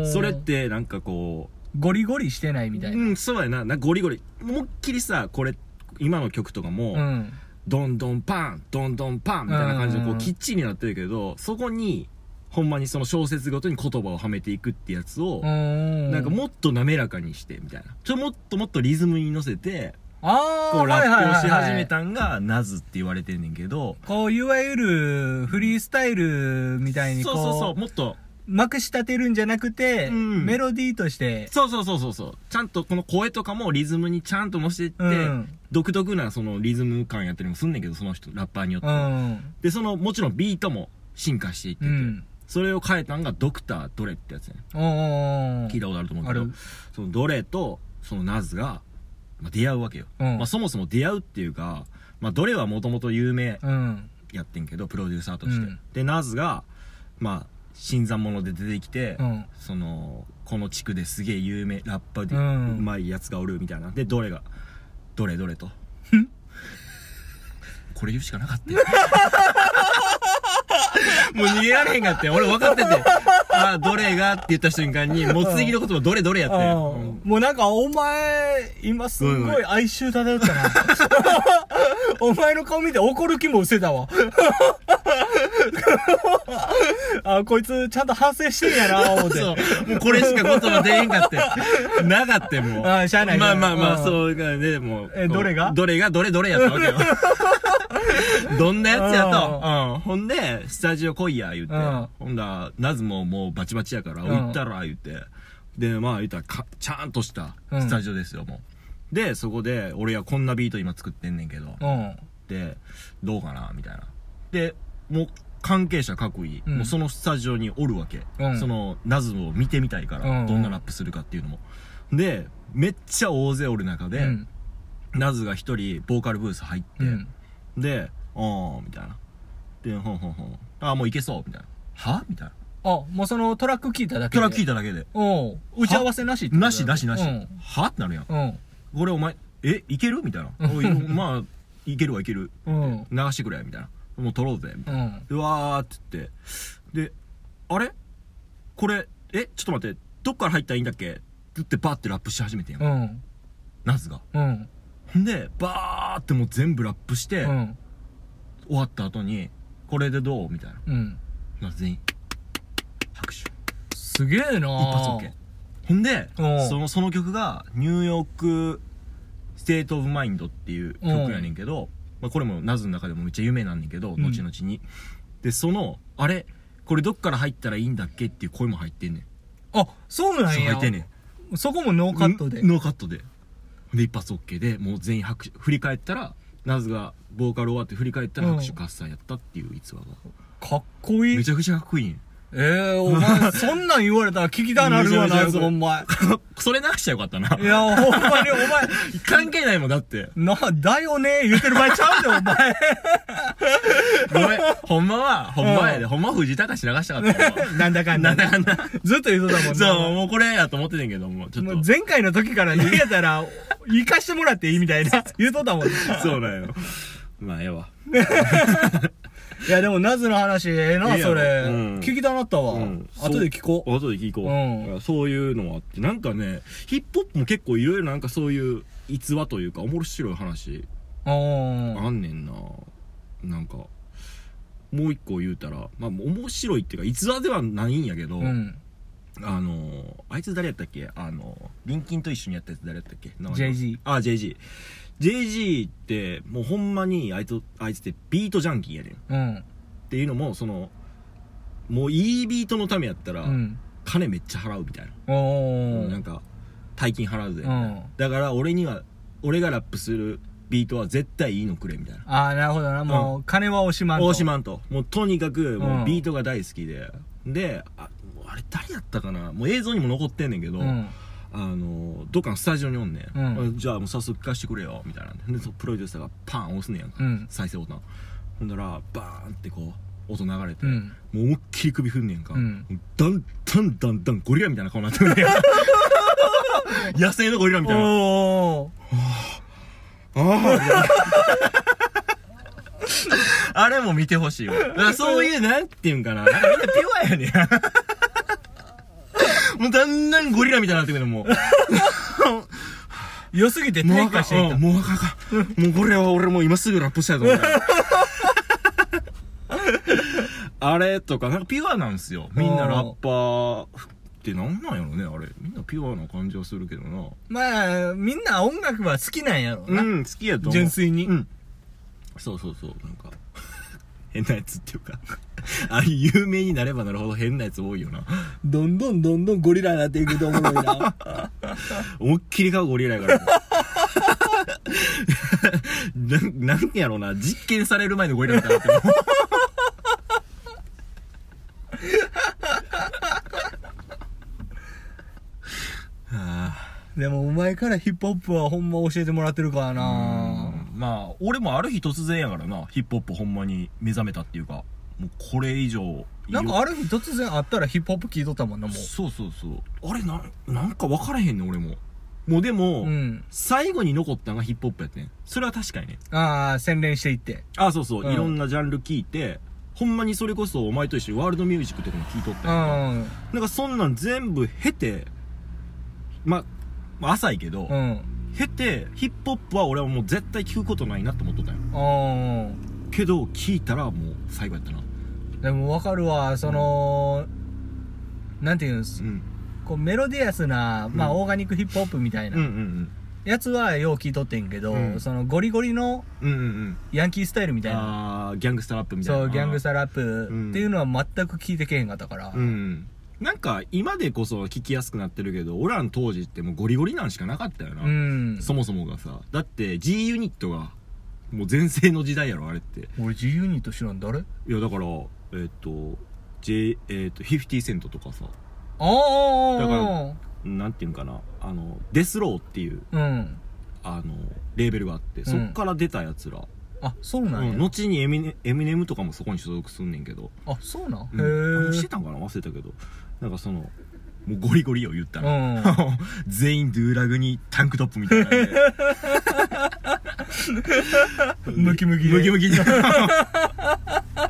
Speaker 2: ー。
Speaker 1: それっ、てなんかこ
Speaker 2: ゴリゴリしてないみ
Speaker 1: う
Speaker 2: たいうな。
Speaker 1: んそうやななゴリゴリ思いっきりさこれ今の曲とかも、
Speaker 2: うん。
Speaker 1: どんどんパンどんどんパンみたいな感じでこ
Speaker 2: うん
Speaker 1: うきっちりになってるけどそこにほんまにその小節ごとに言葉をはめていくってやつを、
Speaker 2: うん。
Speaker 1: なんかもっと滑らかにしてみたいなちょもっともっとリズムに乗せて
Speaker 2: あー
Speaker 1: こうラップをし
Speaker 2: はいはい
Speaker 1: 始
Speaker 2: はいは
Speaker 1: め
Speaker 2: い
Speaker 1: たんがナズって言われてんねんけど、
Speaker 2: こう、いわゆる、フリースタイルみたいにこ、
Speaker 1: そううそうそうもっと
Speaker 2: まくし立てるんじゃなくて、
Speaker 1: うん
Speaker 2: メロディーとして、
Speaker 1: そうそうそうそうそう。ちゃんとこの声とかもリズムにちゃんと乗せてって、
Speaker 2: うん
Speaker 1: 独特なそのリズム感やったりもすんねんけど、その人、ラッパーによって。
Speaker 2: うん。
Speaker 1: で、その、もちろんビートも進化していって
Speaker 2: う
Speaker 1: て、
Speaker 2: ん。
Speaker 1: それを変えたんがドクター・ドレってやつやね。
Speaker 2: おー。
Speaker 1: 聞いたことあると思うけ
Speaker 2: あ
Speaker 1: ど
Speaker 2: る、
Speaker 1: そのドレとそのナズが、まあ、出会うわけよ。
Speaker 2: うん
Speaker 1: まあそもそも出会うっていうか、まあドレはもともと有名
Speaker 2: うん。
Speaker 1: やってんけど、プロデューサーとして。
Speaker 2: うん
Speaker 1: で、ナズが、まあ、新参者で出てきて、
Speaker 2: うん。
Speaker 1: そのこの地区ですげえ有名ラッパーで
Speaker 2: う
Speaker 1: うんまいやつがおるみたいな、でどれがどれどれとこれ言うしかなかったよ もう逃げられへんかって俺分かってて ああどれがって言った瞬間にもつぎの言葉どれどれやって
Speaker 2: あ
Speaker 1: う
Speaker 2: ー
Speaker 1: ん
Speaker 2: もうなんか、お前、今すんごい哀愁漂った な。お前の顔見て怒る気も失せ たわ。あー、こいつちゃんと反省してんやな、思って。
Speaker 1: そうもうこれしか言葉出へんかってなかったよもう
Speaker 2: あーしゃあない
Speaker 1: まあまあま
Speaker 2: う
Speaker 1: あ
Speaker 2: ん
Speaker 1: そういう感じでもう
Speaker 2: えどれが
Speaker 1: どれがどれどれやったわけ よどんなやつや
Speaker 2: う
Speaker 1: と、うん、ほんでスタジオ来いや言って、
Speaker 2: うん
Speaker 1: ほんだらナズももうバチバチやから、
Speaker 2: ん
Speaker 1: 行ったら言ってでまあ言ったらかちゃんとしたスタジオですよ、もうでそこで俺はこんなビート今作ってんねんけど、
Speaker 2: うん。
Speaker 1: でどうかなみたいなでもう関係者各位、
Speaker 2: うん
Speaker 1: もうそのスタジオにおるわけ、
Speaker 2: うん
Speaker 1: そのナズを見てみたいから、
Speaker 2: うんうん
Speaker 1: どんなラップするかっていうのもでめっちゃ大勢おる中で、
Speaker 2: うん。
Speaker 1: ナズが一人ボーカルブース入って、
Speaker 2: うん。
Speaker 1: で「ああ」みたいなで「ほんほんほんああもういけそう」みたいな「はみたいな
Speaker 2: あ、もうそのトラック聞いただけ
Speaker 1: ト
Speaker 2: で。
Speaker 1: ラ聞い
Speaker 2: た。
Speaker 1: ただけで
Speaker 2: うん。打ち合わせなしっ
Speaker 1: 「
Speaker 2: てこと
Speaker 1: なしなしなし」
Speaker 2: うん。
Speaker 1: はってなるやん
Speaker 2: うん。
Speaker 1: これお前えいけるみたいな「おいまあいけるはいける
Speaker 2: うん。
Speaker 1: 流してくれ」みたいな「もう撮ろうぜ」みたいな
Speaker 2: うん。
Speaker 1: うわーって言って、で、あれこれ、えちょっと待って、どっから入ったらいいんだっけって言ってバーってラップし始めてんや。
Speaker 2: うんん。
Speaker 1: ナズが。
Speaker 2: うん。
Speaker 1: ほんで、バーってもう全部ラップして、
Speaker 2: うん。
Speaker 1: 終わった後に、これでどうみたいな。
Speaker 2: うん。
Speaker 1: まあ全員、拍手。
Speaker 2: すげえな一
Speaker 1: 一発 OK。ほんで
Speaker 2: うん、
Speaker 1: その、その曲が、ニューヨーク、ステートオブマインドっていう曲やねんけど、まあこれもナズの中でもめっちゃ有名なんねんけど、
Speaker 2: ん
Speaker 1: 後々に。で、その、あれこれどっから入ったらいいんだっけっていう声も入ってんねん。
Speaker 2: あ、そうなんや。
Speaker 1: 入ってんねん。
Speaker 2: そこもノーカットで。
Speaker 1: ノーカットで。で、一発 OK で、もう全員拍手、振り返ったら、ナズがボーカル終わって振り返ったら拍手喝采やったっていう逸話が。
Speaker 2: かっこいい
Speaker 1: め。ちゃくちゃかっこいいねん。
Speaker 2: えー、お前、そんなん言われたら聞きたなるわ
Speaker 1: めちゃ
Speaker 2: な、
Speaker 1: めちゃ
Speaker 2: お前。
Speaker 1: それなくしちゃよかったな。
Speaker 2: いや、ほんまにお
Speaker 1: 関係ないもん、だって。
Speaker 2: 前、な、だよね、言ってる場合ちゃうで、お前。
Speaker 1: ごめん。ほんまは、ほんまやで。
Speaker 2: う
Speaker 1: ほんまは藤井隆流したかった わ
Speaker 2: なんだかん
Speaker 1: な
Speaker 2: だ
Speaker 1: んだかんだ。
Speaker 2: ずっと言うとったもんな
Speaker 1: そう、もうこれやと思ってたんけど、もうちょっ
Speaker 2: も
Speaker 1: と
Speaker 2: う。 前回の時から逃げたら、行かしてもらっていいみ たいな、言うとったもんな。
Speaker 1: そうなんよ。まあ、ええわ。
Speaker 2: いや、でも、ナズの話、ええな、
Speaker 1: いいや
Speaker 2: そ
Speaker 1: ろ
Speaker 2: れ
Speaker 1: うん。
Speaker 2: 聞きたなったわ
Speaker 1: うん。
Speaker 2: 後で聞こう。
Speaker 1: 後で聞こう、
Speaker 2: う
Speaker 1: そういうのもあってなんかねヒップホップも結構いろいろなんかそういう逸話というか面白い話
Speaker 2: うん。
Speaker 1: あんねんな、なんかもう一個言うたらまあ面白いっていうか逸話ではないんやけど、
Speaker 2: うん。
Speaker 1: あのーあいつ誰やったっけあのーリンキンと一緒にやったやつ誰やったっけ名前
Speaker 2: JG
Speaker 1: あ JG JG ってもうほんまにあいつあいつってビートジャンキーやねんっ
Speaker 2: うん。
Speaker 1: ていうのもそのもういいビートのためやったら、
Speaker 2: うん。
Speaker 1: 金めっちゃ払うみたいな
Speaker 2: お
Speaker 1: な
Speaker 2: ー
Speaker 1: んか大金払うぜ、
Speaker 2: うん
Speaker 1: だから俺には俺がラップするビートは絶対いいのくれみたいな
Speaker 2: ああ、なるほどな。もう、金は惜しまんと。
Speaker 1: 大島んともうとにかくもううんビートが大好きで、でああれ誰やったかなもう映像にも残ってんねんけど、
Speaker 2: うん。
Speaker 1: あのどっかのスタジオにおんねん、
Speaker 2: うん
Speaker 1: あじゃあもう早速貸してくれよみたいなんででそのプロデューサーがパン押すねんやんか、
Speaker 2: うん
Speaker 1: 再生ボタンほんだらバーンってこう音流れて、
Speaker 2: う
Speaker 1: も
Speaker 2: ん。
Speaker 1: う思いっきり首振んねんか、
Speaker 2: うん
Speaker 1: もうだんだんだんだんゴリラみたいな顔になってるねん 野生のゴリラみ
Speaker 2: お
Speaker 1: たいな
Speaker 2: お
Speaker 1: あーみたいなあれも見てほしいわだからそういうなんていうん かななんかみんなピュアやねんもうだんだんゴリラみたいになってくるのもう
Speaker 2: ー。 良すぎて
Speaker 1: もう
Speaker 2: 転
Speaker 1: あか
Speaker 2: 化
Speaker 1: ん
Speaker 2: していっ
Speaker 1: う
Speaker 2: た
Speaker 1: ん。もうあかんあかんもうこれは俺もう今すぐラップしたいと思うからあれとかなんかピュアなんですよみんなラッパーってなんなんやろねあれみんなピュアな感じはするけどな
Speaker 2: まあ、みんな音楽は好きなんやろな。
Speaker 1: うん好きやと思う
Speaker 2: 純粋に
Speaker 1: うんそうそうそうなんか変なやつっていうか ああいう有名になればなるほど変なやつ多いよな
Speaker 2: どんどんどんどんゴリラになっていくと思うよな。
Speaker 1: 思いっきり顔ゴリラやから もうなんなんやろうな実験される前のゴリラみたいになってる
Speaker 2: でも、お前からヒップホップはほんま教えてもらってるからな。
Speaker 1: まあ俺もある日突然やからなヒップホップほんまに目覚めたっていうかもうこれ以上
Speaker 2: なんか
Speaker 1: あ
Speaker 2: ある日突然会ったらヒップホップ聞いとったもんな、も
Speaker 1: そうそうそうあれななんか分からへんねん俺ももうでも、
Speaker 2: う。うん。
Speaker 1: 最後に残ったのがヒップホップやってんそれは確かにね
Speaker 2: ああ、洗練していって。
Speaker 1: あそうそう、
Speaker 2: うん
Speaker 1: いろんなジャンル聞いてほんまにそれこそお前と一緒にワールドミュージックとかも聞いとったり
Speaker 2: う
Speaker 1: とか、
Speaker 2: ん。
Speaker 1: なんかそんなん全部経てままあ浅いけど、
Speaker 2: うん。
Speaker 1: 経てヒップホップは俺はもう絶対聞くことないなって思っとったんよ
Speaker 2: うん。
Speaker 1: けど聞いたらもう最後やったな
Speaker 2: でもわかるわその、なんていうんです
Speaker 1: うん
Speaker 2: こうメロディアスな、まあ
Speaker 1: うん
Speaker 2: オーガニックヒップホップみたいな、
Speaker 1: うんうん
Speaker 2: やつはよう聞いとってんけど、
Speaker 1: うん
Speaker 2: そのゴリゴリの
Speaker 1: うんうんうん
Speaker 2: ヤンキースタイルみ
Speaker 1: う
Speaker 2: た
Speaker 1: ん
Speaker 2: いな
Speaker 1: あーギャングスタラップみたいな
Speaker 2: そうギャングス
Speaker 1: ラ
Speaker 2: タラップっていうのは全く聞いてけへんかったから、
Speaker 1: うんなんか今でこそ聞きやすくなってるけど俺らの当時ってもうゴリゴリなんしかなかったよな、
Speaker 2: うん
Speaker 1: そもそもがさだって G ユニットがもう全盛の時代やろあれって
Speaker 2: 俺自由にと知らん誰あ
Speaker 1: いやだからえっ、と J えっ、と50セントとかさ
Speaker 2: あ
Speaker 1: だかなんていうんかなあのデスローっていう
Speaker 2: うん
Speaker 1: あのレーベルがあって、
Speaker 2: ん
Speaker 1: そっから出たやつら、
Speaker 2: あそうなんや、
Speaker 1: うん後にエミネエミネムとかもそこに所属すんねんけど
Speaker 2: あそうなん、
Speaker 1: うんあし
Speaker 2: へ
Speaker 1: てたんかな忘れたけどなんかそのもうゴリゴリよ言ったら、
Speaker 2: え
Speaker 1: 全員ドゥーラグにタンクトップみたいなんで
Speaker 2: うん ムキムキで
Speaker 1: ムキムキで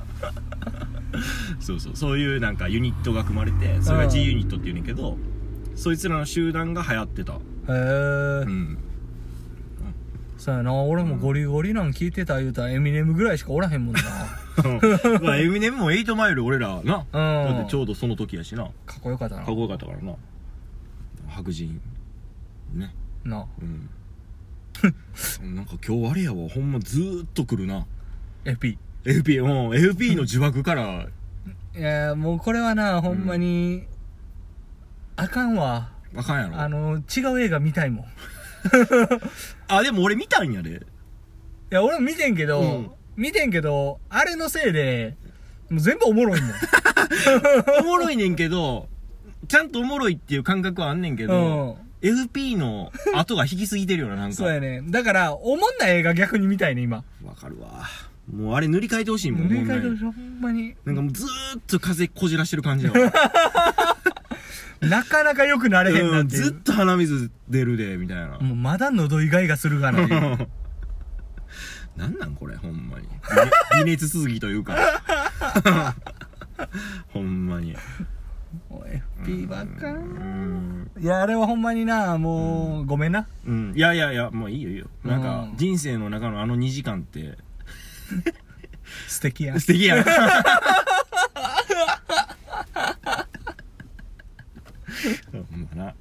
Speaker 1: そうそうそういうなんかユニットが組まれてそれが G ユニットっていうんだけどそいつらの集団が流行ってた
Speaker 2: へえ
Speaker 1: うん
Speaker 2: そうやな俺もゴリゴリなん聞いてた言うたらエミネムぐらいしかおら へんもんな
Speaker 1: まあエミネムも8マイル俺らなだってちょうどその時やしな
Speaker 2: かっこよかったな
Speaker 1: かっこよかったからな白人ね
Speaker 2: な
Speaker 1: うんなん か今日あれやわほんまずーっと来るな
Speaker 2: FP
Speaker 1: FP うん FP の呪縛から
Speaker 2: いやもうこれはなほんまに、あかんわ
Speaker 1: あかんやろ
Speaker 2: あ
Speaker 1: あ
Speaker 2: の違う映画見たいもんい
Speaker 1: でも俺見たんやで
Speaker 2: や俺も見てんけど、
Speaker 1: うん
Speaker 2: 見てんけどあれのせいでもう全部おもろい もん
Speaker 1: おもろいねんけどちゃんとおもろいっていう感覚はあんねんけど、FP の後が引きすぎてるよななんか
Speaker 2: そうやねだからおもんない映画逆に見たいね今
Speaker 1: わかるわもうあれ塗り替えてほしいもん
Speaker 2: 塗り替えてほ
Speaker 1: ほんまに
Speaker 2: しいほ
Speaker 1: な
Speaker 2: んまに
Speaker 1: んかもうずーっと風こじらしてる感じやわ
Speaker 2: なかなか良くなれへんな
Speaker 1: う
Speaker 2: っ
Speaker 1: ん
Speaker 2: てい
Speaker 1: ず
Speaker 2: う
Speaker 1: っと鼻水出るでみたいな
Speaker 2: もうまだ喉イガイガするがな
Speaker 1: なんなんこれほんまに微熱続きというか ほんまに
Speaker 2: もう FP ばっか
Speaker 1: うん
Speaker 2: いやあれはほんまになもう、ごめんな
Speaker 1: うんいやいやいやもういいよいいよなんか
Speaker 2: うん
Speaker 1: 人生の中のあの2時間っ て
Speaker 2: 素敵や
Speaker 1: 素敵やんほんまな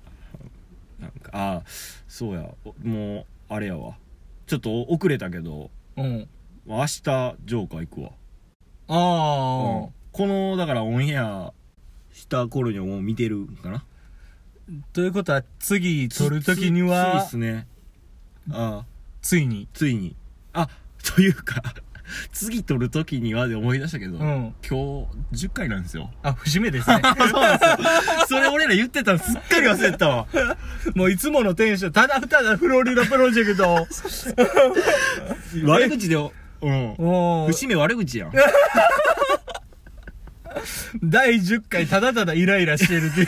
Speaker 1: なんかああそうやおもうあれやわちょっと遅れたけど
Speaker 2: うん
Speaker 1: 明日ジョーカー行くわ
Speaker 2: ああ、
Speaker 1: このだからオンエアした頃にはもう見てるかな
Speaker 2: ということは、次撮るときに
Speaker 1: つい
Speaker 2: は
Speaker 1: っす、ねああ
Speaker 2: ついに。
Speaker 1: ついにあというか 次撮るときにはで思い出したけど、
Speaker 2: ん
Speaker 1: 今日10回なんですよ
Speaker 2: あ、節目 ですね。
Speaker 1: それ俺ら言ってたのすっかり忘れてた わ
Speaker 2: もういつものテンション、ただただフロリダプロジェクト
Speaker 1: 悪口でうん
Speaker 2: を。もう、
Speaker 1: 節目悪口やん
Speaker 2: 第10回ただただイライラしてるっていう。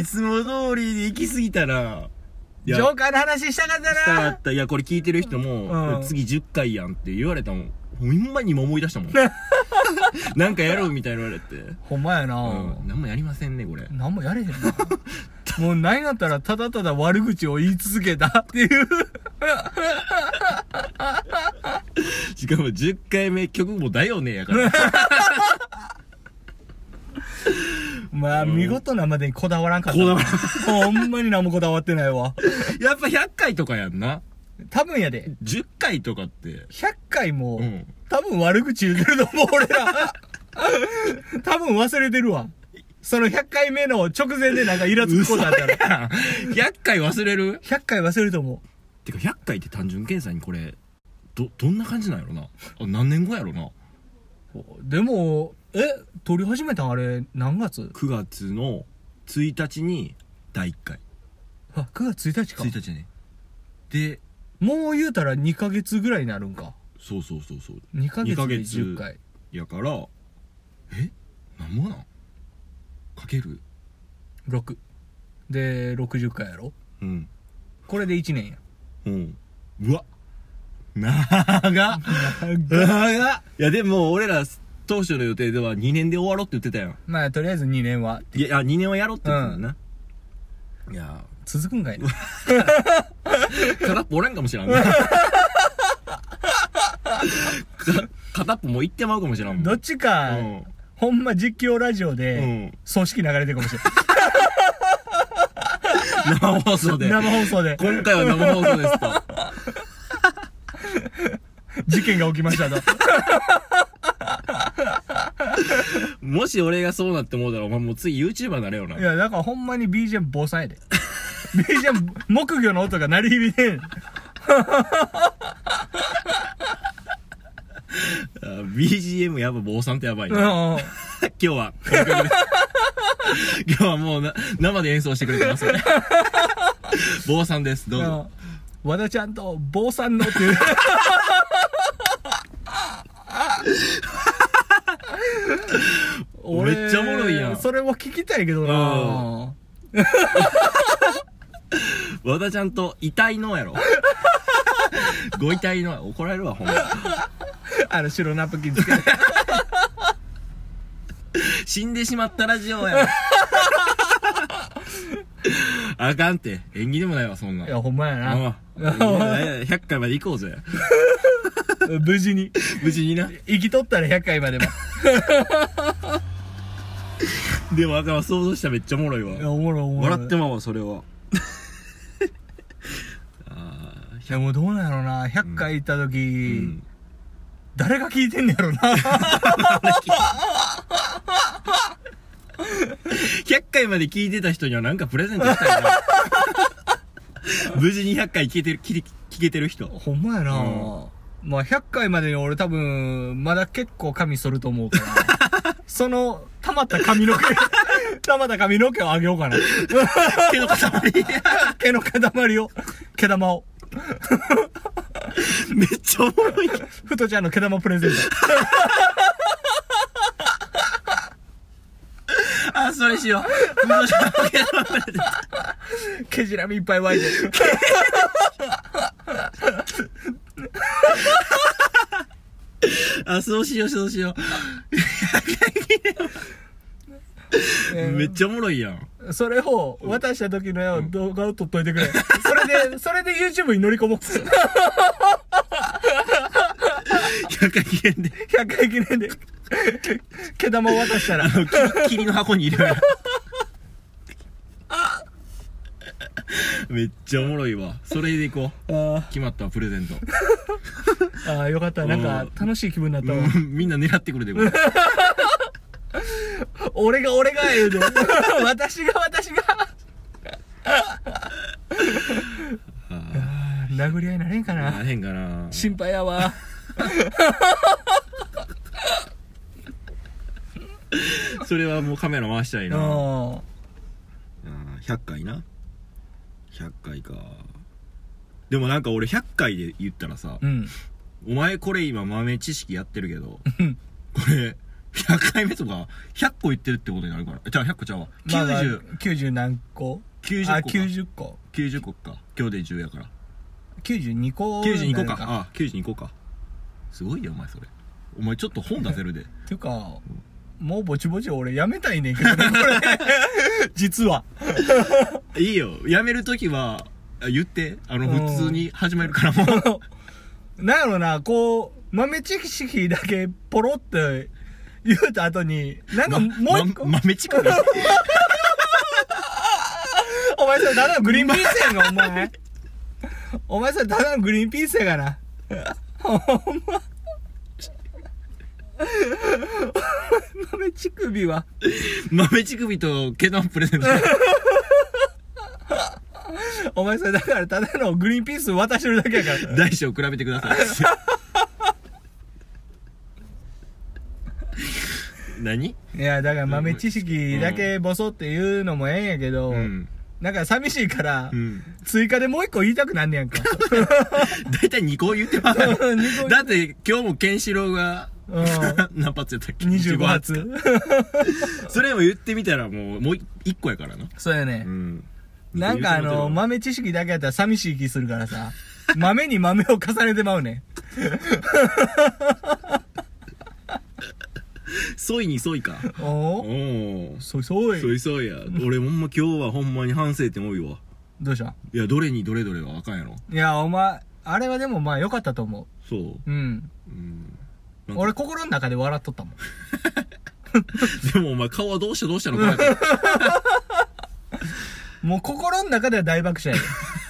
Speaker 1: いつも通りで行き過ぎたら い
Speaker 2: ジ
Speaker 1: や
Speaker 2: ョーカーの話したかっ
Speaker 1: した
Speaker 2: た
Speaker 1: か
Speaker 2: な
Speaker 1: ったいやこれ聞いてる人も、
Speaker 2: うん
Speaker 1: 次10回やんって言われたもんほんまに今思い出した もんなんかやろうみたいに言われて、
Speaker 2: ほんまやな、
Speaker 1: うん、何もやりませんねこれ
Speaker 2: なんもやれへんなもう何やったらただただ悪口を言い続けたっていう。
Speaker 1: しかも10回目曲もだよねやから
Speaker 2: まあ、見事なまでにこだわらんかったな。
Speaker 1: こだわ
Speaker 2: ほんまに何もこだわってないわ。
Speaker 1: やっぱ100回とかやんな
Speaker 2: 多分やで、
Speaker 1: 10回とかって
Speaker 2: 100回も、
Speaker 1: うん
Speaker 2: 多分悪口言うてると思う、俺ら。多分忘れてるわ。その100回目の直前でなんかイラつくことあったら。
Speaker 1: 100回忘れる
Speaker 2: 100回忘れると思
Speaker 1: てか100回って単純計算にこれどどんな感じなんやろなあ何年後やろな
Speaker 2: う。でも、え、撮り始めたんあれ、何月
Speaker 1: 9月の1日に第1回
Speaker 2: あ、9月1日か。
Speaker 1: 1日やねで
Speaker 2: もう言うたら2ヶ月ぐらいになるんか。
Speaker 1: そうそうそうそう
Speaker 2: 2ヶ月
Speaker 1: 二ヶ
Speaker 2: で
Speaker 1: 月
Speaker 2: 10回。
Speaker 1: やからえなんぼなんかける
Speaker 2: 6。で、60回やろ
Speaker 1: うん
Speaker 2: これで1年や。
Speaker 1: うんうわ長っ長っいやでも俺ら当初の予定では2年で終わろうって言ってたやん
Speaker 2: まあ、とりあえず2年はい
Speaker 1: や2年はやろうって言ってたんだな、いや
Speaker 2: 続くんかいな。
Speaker 1: 片っぽおらんかもし らんなか片っぽもう行ってまうかもしらんもん
Speaker 2: どっちか、
Speaker 1: うん
Speaker 2: ほんま実況ラジオ
Speaker 1: う
Speaker 2: で、
Speaker 1: ん
Speaker 2: 葬式流れてるかもしれ
Speaker 1: 生放送で
Speaker 2: ない。生放送で、
Speaker 1: 今回は生放送ですと
Speaker 2: 事件が起きまし たと。
Speaker 1: もし俺がそうなって思うたらお前もう次 YouTuber になれよない
Speaker 2: や、だからほんまに BGM 防災で。BGM、木魚の音が鳴り響いてん。
Speaker 1: あ BGM やばい坊さんってやばいな、今
Speaker 2: うんうん
Speaker 1: 日は この曲で今日はもうな生で演奏してくれて ますね坊さんですどうぞ
Speaker 2: うん和田ちゃんと坊さんのっていう。俺
Speaker 1: めっちゃおもろいやん
Speaker 2: それも聞きたいけどな
Speaker 1: 和田ちゃんと遺体の やろご遺体の怒られるわほんま
Speaker 2: あの白ナプキ ンつけて。
Speaker 1: 死んでしまったラジオやろあかんって縁起でもないわそんない
Speaker 2: や、ほんまや
Speaker 1: うん
Speaker 2: な。
Speaker 1: いやいや100回まで行こうぜ
Speaker 2: 無事に。
Speaker 1: 無事 にな
Speaker 2: 生きとったら100回までも。
Speaker 1: でもあかんわ想像したらめっちゃおもろいわ
Speaker 2: いや、おもろいおもろ い。
Speaker 1: 笑ってまうわそれはあ
Speaker 2: いや、もうどうなんやろな。100回行った時、
Speaker 1: ーうん
Speaker 2: 誰が聞いてんねやろな。
Speaker 1: 100回まで聞いてた人にはなんかプレゼントしたい な無事に100回聞けてる聞け聞けてる人
Speaker 2: ほんまやな、
Speaker 1: うん
Speaker 2: まあ100回までに俺多分、まだ結構髪剃ると思う から。その、溜まった髪の毛、溜まった髪の毛をあげよう かな。
Speaker 1: 手の塊
Speaker 2: 毛の塊を、毛玉を。
Speaker 1: めっちゃおもろい
Speaker 2: ふとちゃんの毛玉プレゼン
Speaker 1: あそれしよ う無事に
Speaker 2: ト。毛じらみいっぱい湧いてる。
Speaker 1: あそうしようそうしよう めっちゃおもろいやん
Speaker 2: それを渡した時の動画を撮っといてくれ。それで、それで YouTube に乗り込もう。100
Speaker 1: 100回聞けんで
Speaker 2: 回記 念で。毛玉を渡したら。
Speaker 1: き霧の箱に入れるめっちゃおもろいわそれでいこう
Speaker 2: あ
Speaker 1: 決まったわプレゼント
Speaker 2: ーあー、よ かった。なんか楽しい気分になったわ。
Speaker 1: みんな狙ってくれてこれ
Speaker 2: 俺が俺が言うで 私が私があー殴り合いなれんか
Speaker 1: な
Speaker 2: な
Speaker 1: へんか な
Speaker 2: 心配やわ
Speaker 1: それはもうカメラ回したいうなんあー100回な100回かでもなんか俺100回で言ったらさ、
Speaker 2: うん
Speaker 1: お前これ今豆知識やってるけど
Speaker 2: うん
Speaker 1: これ100回目とか100個言ってるってことになるからじゃあ100個ちゃうわ
Speaker 2: まあまあ
Speaker 1: 9090
Speaker 2: 90何個
Speaker 1: 90個
Speaker 2: あ
Speaker 1: か
Speaker 2: 90個
Speaker 1: 個か今日で10やから
Speaker 2: 92個
Speaker 1: 92個か
Speaker 2: なん
Speaker 1: あ92個かすごいよお前それお前ちょっと本出せるで
Speaker 2: っていうかもうぼちぼち俺やめたいねんけどねこれ実はい
Speaker 1: いよやめるときはあ言ってあの
Speaker 2: うん
Speaker 1: 普通に始めるからもう
Speaker 2: なんやろな、こう、豆知識だけポロって言うた後に、なんかもう一個、
Speaker 1: まま豆知 識
Speaker 2: お前それただのグリーンピースやんか、お前。お前それただのグリーンピースやから。ほんま。豆乳首は、
Speaker 1: 豆乳首と毛玉プレゼン ト
Speaker 2: お前それだからただのグリーンピース渡してるだけやから。
Speaker 1: 大小比べてください 何
Speaker 2: いや、だから豆知識だけボソって言うのもええんやけど、
Speaker 1: うん
Speaker 2: なんか寂しいから、
Speaker 1: うん
Speaker 2: 追加でもう一個言いたくなんねやんか。
Speaker 1: 大体2個言ってます
Speaker 2: 二個
Speaker 1: だって今日もケンシロウが
Speaker 2: うん。
Speaker 1: 何発やったっけ
Speaker 2: 25発。
Speaker 1: それも言ってみたらもうもう1個やからな
Speaker 2: そうやね
Speaker 1: う。ん
Speaker 2: なんかあの、豆知識だけやったら寂しい気するからさ、豆に豆を重ねてまうね。
Speaker 1: ソイにソイかお
Speaker 2: おお
Speaker 1: お
Speaker 2: そうそう
Speaker 1: ソ
Speaker 2: い。
Speaker 1: イソイや俺ほんま今日はほんまに反省点多いわ
Speaker 2: どうした
Speaker 1: いやどれにどれどれはあかんやろ
Speaker 2: いや、お前、あれはでもまあ良かったと思。
Speaker 1: そう
Speaker 2: うん。
Speaker 1: う、うん、なんか
Speaker 2: 俺心の中で笑っとったもん。
Speaker 1: でもお前顔はどうしたどうしたのかなって
Speaker 2: もう心の中では大爆笑 や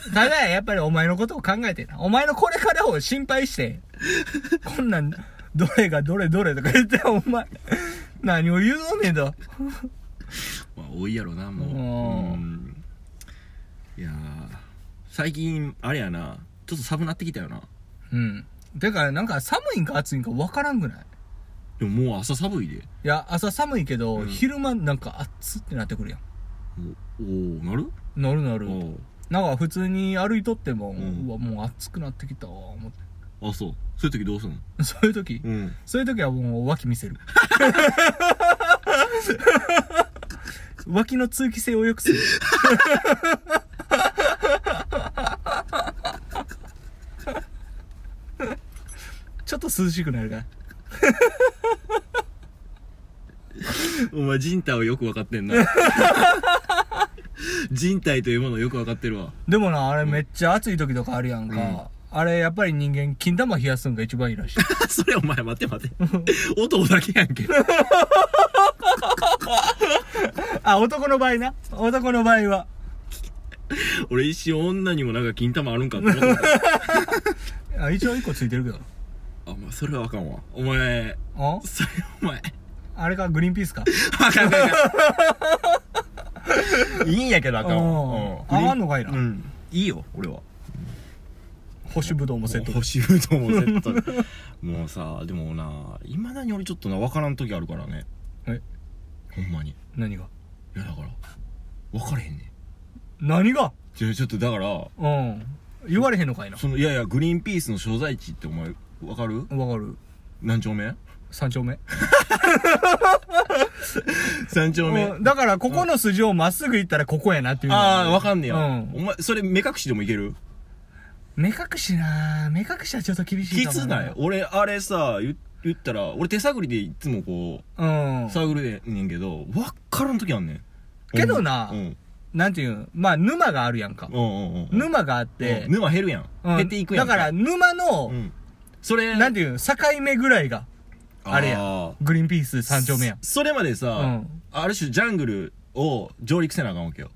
Speaker 2: で。ただやっぱりお前のことを考えてな。お前のこれからを心配して。こんなん、どれがどれどれとか言って、お前、何を言うのねんと。
Speaker 1: まあ多いやろなも
Speaker 2: お
Speaker 1: うう
Speaker 2: ー
Speaker 1: んいやー最近あれやなちょっと寒なってきたよな
Speaker 2: うん。てか、なんか寒いんか暑いんかわからんくない
Speaker 1: でももう朝寒いで
Speaker 2: いや、朝寒いけど、
Speaker 1: ん
Speaker 2: 昼間なんか暑ってなってくるやん。
Speaker 1: おおーなる
Speaker 2: なるなる。
Speaker 1: お
Speaker 2: なんか普通に歩いとっても、
Speaker 1: ん
Speaker 2: うわ、もう暑くなってきたわ、思って。
Speaker 1: ーあそうそういう時どうすんの
Speaker 2: そういう時、
Speaker 1: うん
Speaker 2: そういう時はもう脇見せ る。脇の通気性を良くする。 ちょっと涼しくなるから。
Speaker 1: お前人体をよく分かってん な人体というものをよく分かってるわ
Speaker 2: でもな、あれめっちゃ暑い時とかあるやんか。あれやっぱり人間、金玉冷やすんが一番いいらしい。
Speaker 1: それお前待て待て音だけやんけ
Speaker 2: あ、男の場合な。男の場合は。
Speaker 1: 俺一瞬女にもなんか金玉あるんかと思 った
Speaker 2: あ、一応一個ついてるけど。
Speaker 1: あまあそれはあかんわお前
Speaker 2: あ
Speaker 1: それお前
Speaker 2: あれか、グリーンピ ースか。
Speaker 1: あかんあかんあかん いいんやけどあかん
Speaker 2: お
Speaker 1: わ
Speaker 2: ー
Speaker 1: うん
Speaker 2: 合わんのかいな
Speaker 1: うんいいよ俺は
Speaker 2: 干しぶどうもセットで。
Speaker 1: 星ぶどうもセットでもうさでもないまだに俺ちょっとな分からん時あるからね
Speaker 2: え
Speaker 1: ほんまにい
Speaker 2: 何が
Speaker 1: やだから分かれへんねん
Speaker 2: 何が
Speaker 1: じゃあちょっとだから
Speaker 2: うん。言われへんのかいな。
Speaker 1: そのいやいやグリーンピースの所在地ってお前分かる
Speaker 2: わかる。
Speaker 1: 何丁目
Speaker 2: 三丁目。
Speaker 1: 三丁目
Speaker 2: うんだから、ここの筋をまっすぐ行ったらここやなっていうのが
Speaker 1: ああ分かんねや、
Speaker 2: うん
Speaker 1: お前それ目隠しでもいける
Speaker 2: 目隠しなぁ目隠しはちょっと厳しい
Speaker 1: き
Speaker 2: かも。
Speaker 1: つない。俺あれさ言言ったら俺手探りでいつもこ
Speaker 2: うん
Speaker 1: う。探るねんけど分からん時あんねん
Speaker 2: けどな
Speaker 1: うん
Speaker 2: なんていうんまあ、沼があるやんか
Speaker 1: う。んうんうんうん
Speaker 2: 沼があって
Speaker 1: うん、沼減るやん、
Speaker 2: うん
Speaker 1: 減っていくやん
Speaker 2: だから、沼の
Speaker 1: う、んそれ
Speaker 2: なんていうん境目ぐらいが、あれや
Speaker 1: ー。
Speaker 2: グリーンピース三丁目やん。
Speaker 1: そそれまでさ、
Speaker 2: うん
Speaker 1: ある種ジャングルを上陸せなあかんわけよ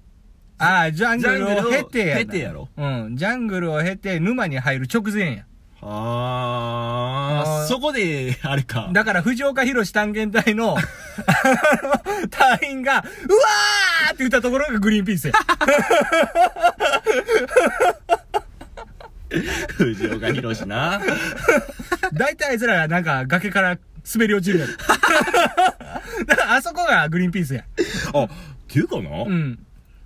Speaker 2: ああ、ジャングルを経てやな
Speaker 1: ジャングルを経てやろ
Speaker 2: うん、ジャングルを経て沼に入る直前や。
Speaker 1: あ
Speaker 2: あ
Speaker 1: ー
Speaker 2: ー
Speaker 1: そこであれか
Speaker 2: だから藤岡弘、探検隊の 隊員が、うわーって言ったところがグリーンピースや。
Speaker 1: 藤岡弘 な。
Speaker 2: 大体あいつらがなんか崖から滑り落ちるやろ。 だからあそこがグリーンピースや。
Speaker 1: あ、っていうかな、
Speaker 2: うん。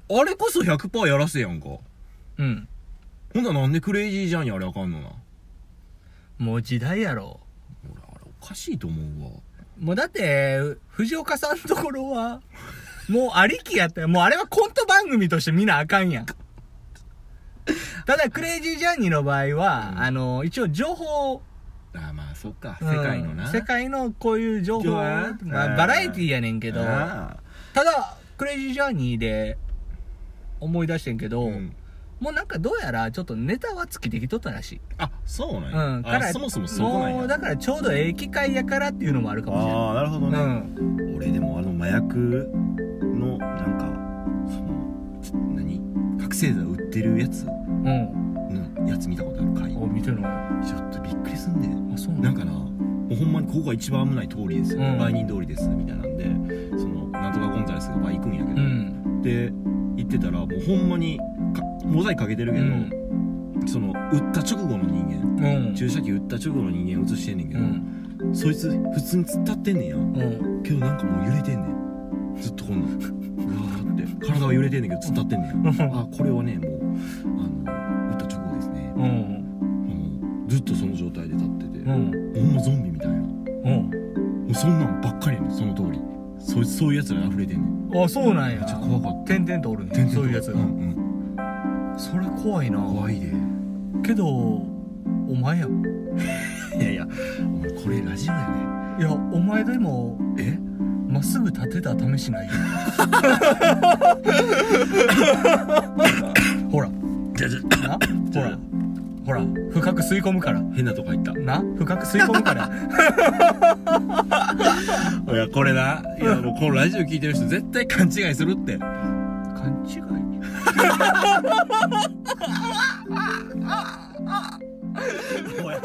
Speaker 1: あれこそ100%やらせやんか。
Speaker 2: うん。
Speaker 1: ほんならなんでクレイジージャーニーあれあかんのな。
Speaker 2: もう時代やろ。
Speaker 1: 俺、あれおかしいと思うわ。
Speaker 2: もうだって、藤岡さんのところは、もうありきやったよ。もうあれはコント番組として見なあかんやん。ただ、クレイジージャーニーの場合は、
Speaker 1: うん
Speaker 2: あの、一応情報、
Speaker 1: あまあ、そっか。
Speaker 2: うん
Speaker 1: 世界のな。
Speaker 2: 世界のこういう情報、
Speaker 1: 情報な
Speaker 2: ま
Speaker 1: う
Speaker 2: あ、
Speaker 1: ん
Speaker 2: バラエティやねんけど、た
Speaker 1: あ
Speaker 2: だ、クレイジージャーニーで思い出してんけど、
Speaker 1: あうん
Speaker 2: もうなんかどうやらちょっとネタは尽きてきとったらしい。
Speaker 1: あ、そうなんや。
Speaker 2: うん。か
Speaker 1: あ
Speaker 2: ら、
Speaker 1: そもそもそこなんや。
Speaker 2: もうだからちょうどええ機会やからっていうのもあるかもしれない。
Speaker 1: ああ、なるほどね。
Speaker 2: うん。
Speaker 1: 俺でもあの麻薬のなんかその何覚醒剤売ってるやつ
Speaker 2: うん。
Speaker 1: のやつ見たことあるかい
Speaker 2: お、見てるのあ、
Speaker 1: ちょっとびっくりすんねん
Speaker 2: そうな
Speaker 1: なんんかなもうほんまにここが一番危ない通りですよ、
Speaker 2: うん
Speaker 1: 売人通りですみたいなんでそのなんとかゴンザレスがバイ行くんやけ
Speaker 2: う
Speaker 1: ど、
Speaker 2: ん。
Speaker 1: で行ってたらもうほんまにかモザイクかけてるけど、その売った直後の人間
Speaker 2: うん。
Speaker 1: 注射器売った直後の人間映してんねんけ
Speaker 2: う
Speaker 1: ど、
Speaker 2: ん。
Speaker 1: そいつ普通に突っ立ってんねんや
Speaker 2: うん。
Speaker 1: けどなんかもう揺れてんねんずっとこんなんうわーって体は揺れてんねんけど突っ立ってんねん あこれはねもうあの打った直後ですね
Speaker 2: う、ん。
Speaker 1: もうずっとその状態で立ってて、
Speaker 2: う
Speaker 1: も
Speaker 2: ん。
Speaker 1: うほんまゾンビみたいなも
Speaker 2: う
Speaker 1: うそんなんばっかりやねんその通りそそういうやつらに溢れてんねん
Speaker 2: ん。あ、そうなんや。
Speaker 1: めっちゃ怖かった
Speaker 2: 点々とおるね。そういうや
Speaker 1: う
Speaker 2: つが。
Speaker 1: んうん、
Speaker 2: それ怖いな。
Speaker 1: 怖いで
Speaker 2: けど、お前や。
Speaker 1: いやいやお前これラジオやね
Speaker 2: いや、お前でも、
Speaker 1: え
Speaker 2: まっすぐ立てた試しないよ。 ほら。
Speaker 1: じゃじゃ
Speaker 2: な
Speaker 1: ち
Speaker 2: ほ
Speaker 1: ょ
Speaker 2: ら。ほら。深く吸い込むから。
Speaker 1: 変なとこ入った
Speaker 2: な深く吸い込むから。
Speaker 1: いやこれないやもうこのラジオ聞いてる人絶対勘違いするって
Speaker 2: 勘違い
Speaker 1: おやおや